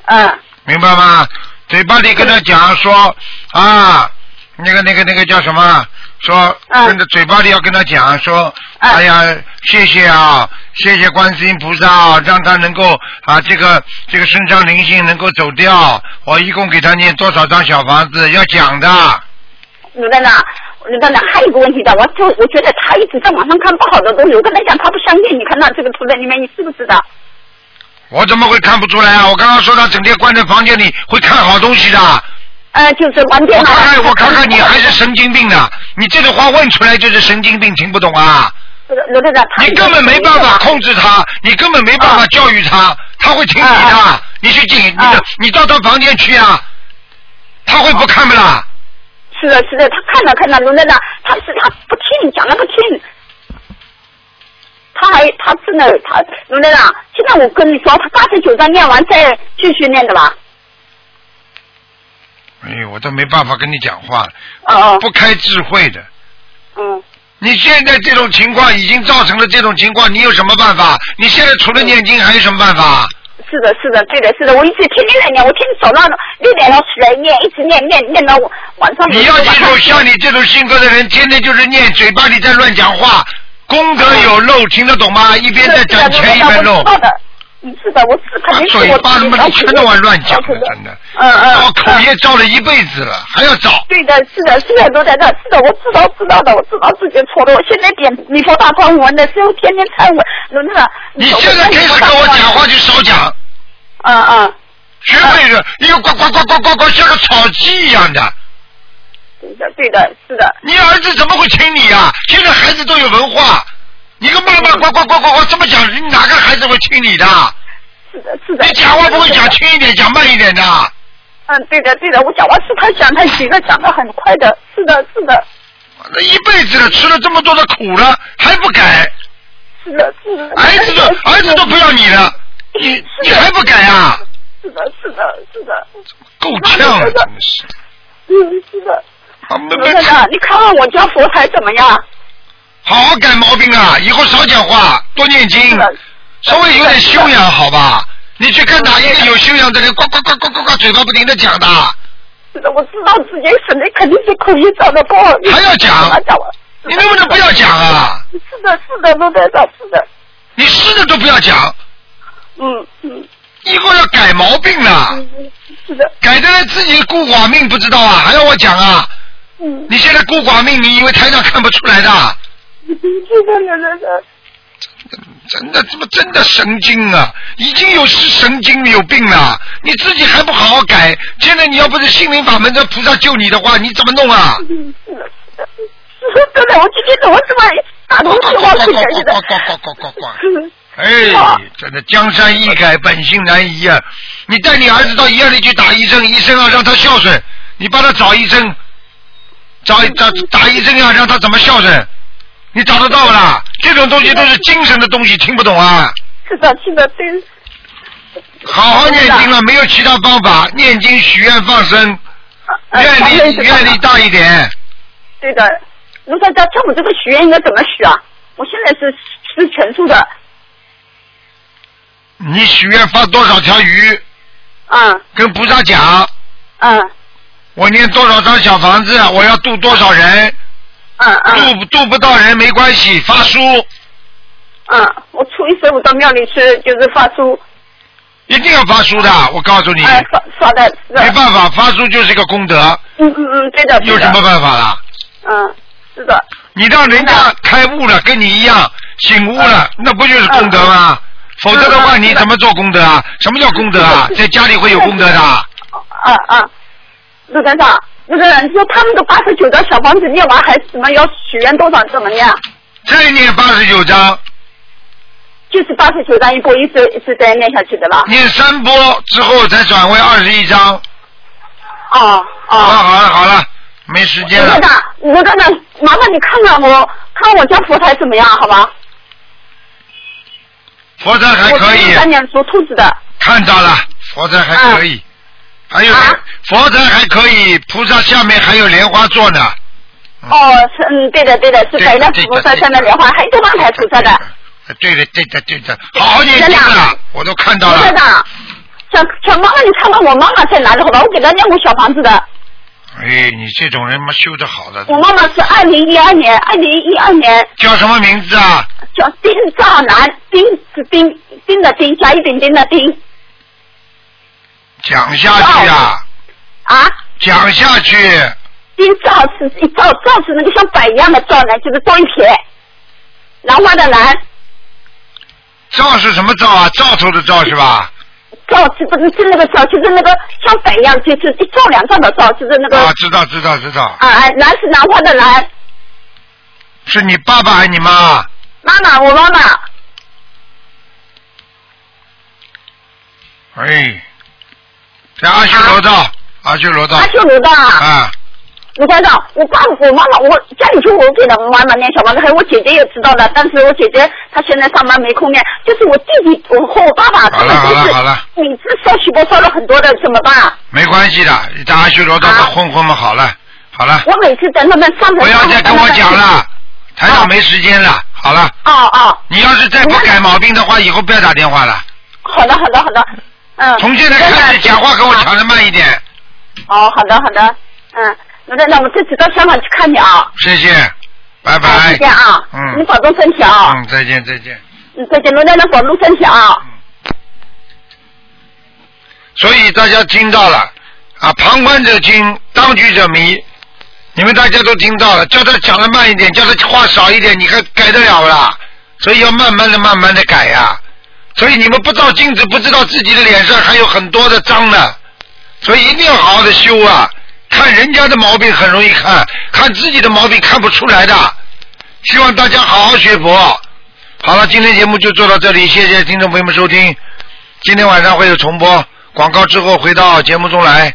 [SPEAKER 4] 嗯
[SPEAKER 1] 明白吗？嘴巴里跟他讲说啊，那个那个那个叫什么？说
[SPEAKER 4] 嗯
[SPEAKER 1] 跟着嘴巴里要跟他讲说，
[SPEAKER 4] 嗯
[SPEAKER 1] 哎呀，谢谢啊，谢谢观世音菩萨啊，让他能够啊这个这个身上灵性能够走掉。我一共给他念多少张小房子？要讲的。
[SPEAKER 4] 鲁站长，鲁站长还有一个问题的，我就我觉得他一直在网上看不好的东西，我跟他讲他不相信，你看到这个图在里面，你是不是的？
[SPEAKER 1] 我怎么会看不出来啊？我刚刚说他整天关在房间里会看好东西的。
[SPEAKER 4] 呃，就是完全
[SPEAKER 1] 我看看，我看看你还是神经病呢！你这个话问出来就是神经病，听不懂啊？
[SPEAKER 4] 罗站长，他
[SPEAKER 1] 你根本没办法控制他，你根本没办法教育他，他会听你的
[SPEAKER 4] 啊。
[SPEAKER 1] 你去警，你
[SPEAKER 4] 啊
[SPEAKER 1] 的，你到他房间去啊，他会不看不啦？
[SPEAKER 4] 是的，是的，他看了看了，罗站长，他是他不听，讲了不听。他还他真的他罗站长，现在我跟你说，他八十九章念完再继续念的吧？
[SPEAKER 1] 哎呦，我都没办法跟你讲话了，
[SPEAKER 4] 哦、
[SPEAKER 1] 不开智慧的。
[SPEAKER 4] 嗯，
[SPEAKER 1] 你现在这种情况已经造成了这种情况，你有什么办法？你现在除了念经还有什么办法？
[SPEAKER 4] 是的，是的，对的，是的，我一直天天在念，我天天早上六点钟起来念，一直念念念到晚上。
[SPEAKER 1] 你要记住，像你这种性格的人，天天就是念，嘴巴里在乱讲话，功德有漏，听得懂吗？一边在讲钱，一边漏。
[SPEAKER 4] 你知道嗯我只肯定是
[SPEAKER 1] 嘴
[SPEAKER 4] 我
[SPEAKER 1] 巴他妈一天到晚乱讲的，真的。哎
[SPEAKER 4] 嗯嗯
[SPEAKER 1] 我口业造了一辈子了，还要造。
[SPEAKER 4] 对的，是的，是的，罗台长，是的，我知道，知道的，我知道自己错了。我现在点礼佛大忏悔文的时候，天天忏悔，罗台长。
[SPEAKER 1] 你现在开始跟我讲话就少讲，
[SPEAKER 4] 嗯嗯，
[SPEAKER 1] 学会了，你又呱呱呱呱呱呱像个草鸡一样的。
[SPEAKER 4] 对的，对的，是的，
[SPEAKER 1] 你儿子怎么会听你啊？现在孩子都有文化，你个妈妈呱呱呱呱呱这么讲，你哪个孩子会听你的？
[SPEAKER 4] 是的，是的。
[SPEAKER 1] 你讲话不会讲轻一点，讲慢一点的。
[SPEAKER 4] 嗯，对的，对的，我讲话是他讲，他几个讲的很快的，是的，是的，
[SPEAKER 1] 那一辈子了，吃了这么多的苦了，还不改，
[SPEAKER 4] 是的，是的。
[SPEAKER 1] 儿子都
[SPEAKER 4] 哎
[SPEAKER 1] 儿子都不要你了，你你还不改啊？
[SPEAKER 4] 是的，是的，是的，
[SPEAKER 1] 够呛了，真的是。
[SPEAKER 4] 嗯，是的。
[SPEAKER 1] 啊，没
[SPEAKER 4] 罗
[SPEAKER 1] 没
[SPEAKER 4] 台长，你看看我家佛台怎么样？
[SPEAKER 1] 好好改毛病啊！以后少讲话，多念
[SPEAKER 4] 是
[SPEAKER 1] 经
[SPEAKER 4] 的，
[SPEAKER 1] 稍微有点修养，好吧？你去看哪一个有修养的人，呱呱呱呱呱呱，嘴巴不停的讲的，
[SPEAKER 4] 是的，我知道自己省的肯定是口音长得不好。
[SPEAKER 1] 还要讲
[SPEAKER 4] 还讲我。
[SPEAKER 1] 你能不能不要讲啊？
[SPEAKER 4] 是的，是的，罗台长，是的，
[SPEAKER 1] 你是的都不要讲，
[SPEAKER 4] 嗯嗯，
[SPEAKER 1] 以后要改毛病了，
[SPEAKER 4] 是的，
[SPEAKER 1] 改的自己孤寡命不知道啊，还要我讲啊？
[SPEAKER 4] 嗯，
[SPEAKER 1] 你现在孤寡命，你以为台长看不出来的啊？
[SPEAKER 4] 是的，罗台长，
[SPEAKER 1] 真的，怎么真的神经啊？已经有是神经有病了，你自己还不好好改，现在你要不是心灵法门的菩萨救你的话，你怎么弄啊？
[SPEAKER 4] 嗯，是的，是的，是的，我今天怎么这么打通电话是感觉的
[SPEAKER 1] 呱呱呱呱呱呱呱呱
[SPEAKER 4] 嗯
[SPEAKER 1] 哎，真的江山易改，本性难移啊！你带你儿子到医院里去打一针，医生要让他孝顺，你帮他找一针，找找打一针要让他怎么孝顺？你找得到不啦？这种东西都是精神的东西，听不懂啊！
[SPEAKER 4] 是的，是的，对，
[SPEAKER 1] 好好念经啊了，没有其他方法，念经、许愿、放生，
[SPEAKER 4] 呃
[SPEAKER 1] 愿力愿力，大一点。
[SPEAKER 4] 对的，罗台长，像我这个许愿应该怎么许啊？我现在是吃全素的，
[SPEAKER 1] 你许愿放多少条鱼，
[SPEAKER 4] 嗯
[SPEAKER 1] 跟菩萨讲，
[SPEAKER 4] 嗯
[SPEAKER 1] 我念多少张小房子，我要度多少人，
[SPEAKER 4] 嗯嗯
[SPEAKER 1] 度度不到人没关系，发书，
[SPEAKER 4] 嗯，我初一十五到庙里去，就是发书，
[SPEAKER 1] 一定要发书的，我告诉你，
[SPEAKER 4] 哎，发发的，是的
[SPEAKER 1] 没，办法，发书就是个功德，
[SPEAKER 4] 嗯嗯嗯，对的，对的
[SPEAKER 1] 有什么办法啦？
[SPEAKER 4] 嗯，是的，嗯
[SPEAKER 1] 你让人家开悟了，跟你一样醒悟了，那不就是功德吗？否则的话，你怎么做功德啊？
[SPEAKER 4] 嗯
[SPEAKER 1] 什么叫功德啊？在家里会有功德的。
[SPEAKER 4] 啊啊，陆团长，那个你说他们都八十九张小房子念完，还是什么要许愿多少怎么念？
[SPEAKER 1] 再念八十九章，
[SPEAKER 4] 就是八十九张一波，一直一直在念下去的啦。
[SPEAKER 1] 念三波之后才转为二十一章。
[SPEAKER 4] 哦
[SPEAKER 1] 好了
[SPEAKER 4] 哦，
[SPEAKER 1] 好了好了，没时间
[SPEAKER 4] 卢
[SPEAKER 1] 了
[SPEAKER 4] 团。长，卢团长，麻烦你看看我，看我家佛台怎么样，好吧？
[SPEAKER 1] 佛台还
[SPEAKER 4] 我
[SPEAKER 1] 可以，
[SPEAKER 4] 三年属兔子的，
[SPEAKER 1] 看到了，佛台还可以，还有
[SPEAKER 4] 嗯啊
[SPEAKER 1] 佛台还可以，菩萨下面还有莲花座呢。
[SPEAKER 4] 哦，是嗯，对的对的，是
[SPEAKER 1] 对
[SPEAKER 4] 白的
[SPEAKER 1] 对的
[SPEAKER 4] 菩萨
[SPEAKER 1] 对的嗯
[SPEAKER 4] 下面莲花，还有东方台菩萨的。
[SPEAKER 1] 对的，对的，对的，好好念
[SPEAKER 4] 真的
[SPEAKER 1] 经
[SPEAKER 4] 啊
[SPEAKER 1] 了，我都看到
[SPEAKER 4] 卢
[SPEAKER 1] 了
[SPEAKER 4] 团。长，想想麻烦你看看我妈妈在哪里，好吧？我给她念过小房子的。
[SPEAKER 1] 哎，你这种人嘛，修的好的
[SPEAKER 4] 我，妈妈是二零一二年，二零一二年
[SPEAKER 1] 叫什么名字啊？
[SPEAKER 4] 叫丁兆南，丁是丁丁的丁，甲乙丙丁的丁
[SPEAKER 1] 讲下去啊，
[SPEAKER 4] 啊，
[SPEAKER 1] 讲下去，
[SPEAKER 4] 丁兆是一兆兆是那个像百一样的兆南，就是兆一撇，兰花的兰，
[SPEAKER 1] 赵是什么赵啊？兆头的兆是吧？
[SPEAKER 4] 兆是不是是那个兆，就是那个像百一样，就是一兆两兆的兆，就是那个
[SPEAKER 1] 啊，知道，知道，知道，
[SPEAKER 4] 啊啊，兰是兰花的兰，
[SPEAKER 1] 是你爸爸还是你妈？
[SPEAKER 4] 妈妈我妈妈
[SPEAKER 1] 啊哎，在阿修罗道，阿修罗道
[SPEAKER 4] 啊阿，修罗的啊。
[SPEAKER 1] 啊，
[SPEAKER 4] 卢团长，我爸我妈妈，我家里就我给了妈妈念小房子，还有我姐姐也知道的，但是我姐姐她现在上班没空念，就是我弟弟我和我爸爸他
[SPEAKER 1] 好了
[SPEAKER 4] 们都
[SPEAKER 1] 好了
[SPEAKER 4] 是
[SPEAKER 1] 好了
[SPEAKER 4] 每次烧许波烧了很多的，怎么办？
[SPEAKER 1] 没关系的，你在阿修罗道
[SPEAKER 4] 啊嗯
[SPEAKER 1] 混混嘛，好了，好了，
[SPEAKER 4] 我每次等他们上
[SPEAKER 1] 不
[SPEAKER 4] 班，
[SPEAKER 1] 要再跟我讲了，台长
[SPEAKER 4] 啊
[SPEAKER 1] 没时间了，好了，
[SPEAKER 4] 哦哦，
[SPEAKER 1] 你要是再不改毛病的话，以后不要打电话了。
[SPEAKER 4] 好的好的好的，嗯。
[SPEAKER 1] 从现在开始讲话跟我
[SPEAKER 4] 好
[SPEAKER 1] 讲的慢一点，
[SPEAKER 4] 哦，好的好的，嗯，卢团长，我这次到香港去看你啊，
[SPEAKER 1] 谢谢，拜
[SPEAKER 4] 好
[SPEAKER 1] 拜
[SPEAKER 4] 再。见啊，
[SPEAKER 1] 嗯
[SPEAKER 4] 你保重身体啊，
[SPEAKER 1] 嗯，再见再见。
[SPEAKER 4] 嗯，再见，卢团长保重身体啊，
[SPEAKER 1] 所以大家听到了啊，旁观者清，当局者迷。你们大家都听到了，叫他讲的慢一点，叫他话少一点，你看改得了不啦？所以要慢慢的、慢慢的改呀、所以你们不照镜子，不知道自己的脸上还有很多的脏呢，所以一定要好好的修啊。看人家的毛病很容易看，看自己的毛病看不出来的。希望大家好好学佛。好了，今天节目就做到这里，谢谢听众朋友们收听。今天晚上会有重播，广告之后回到节目中来。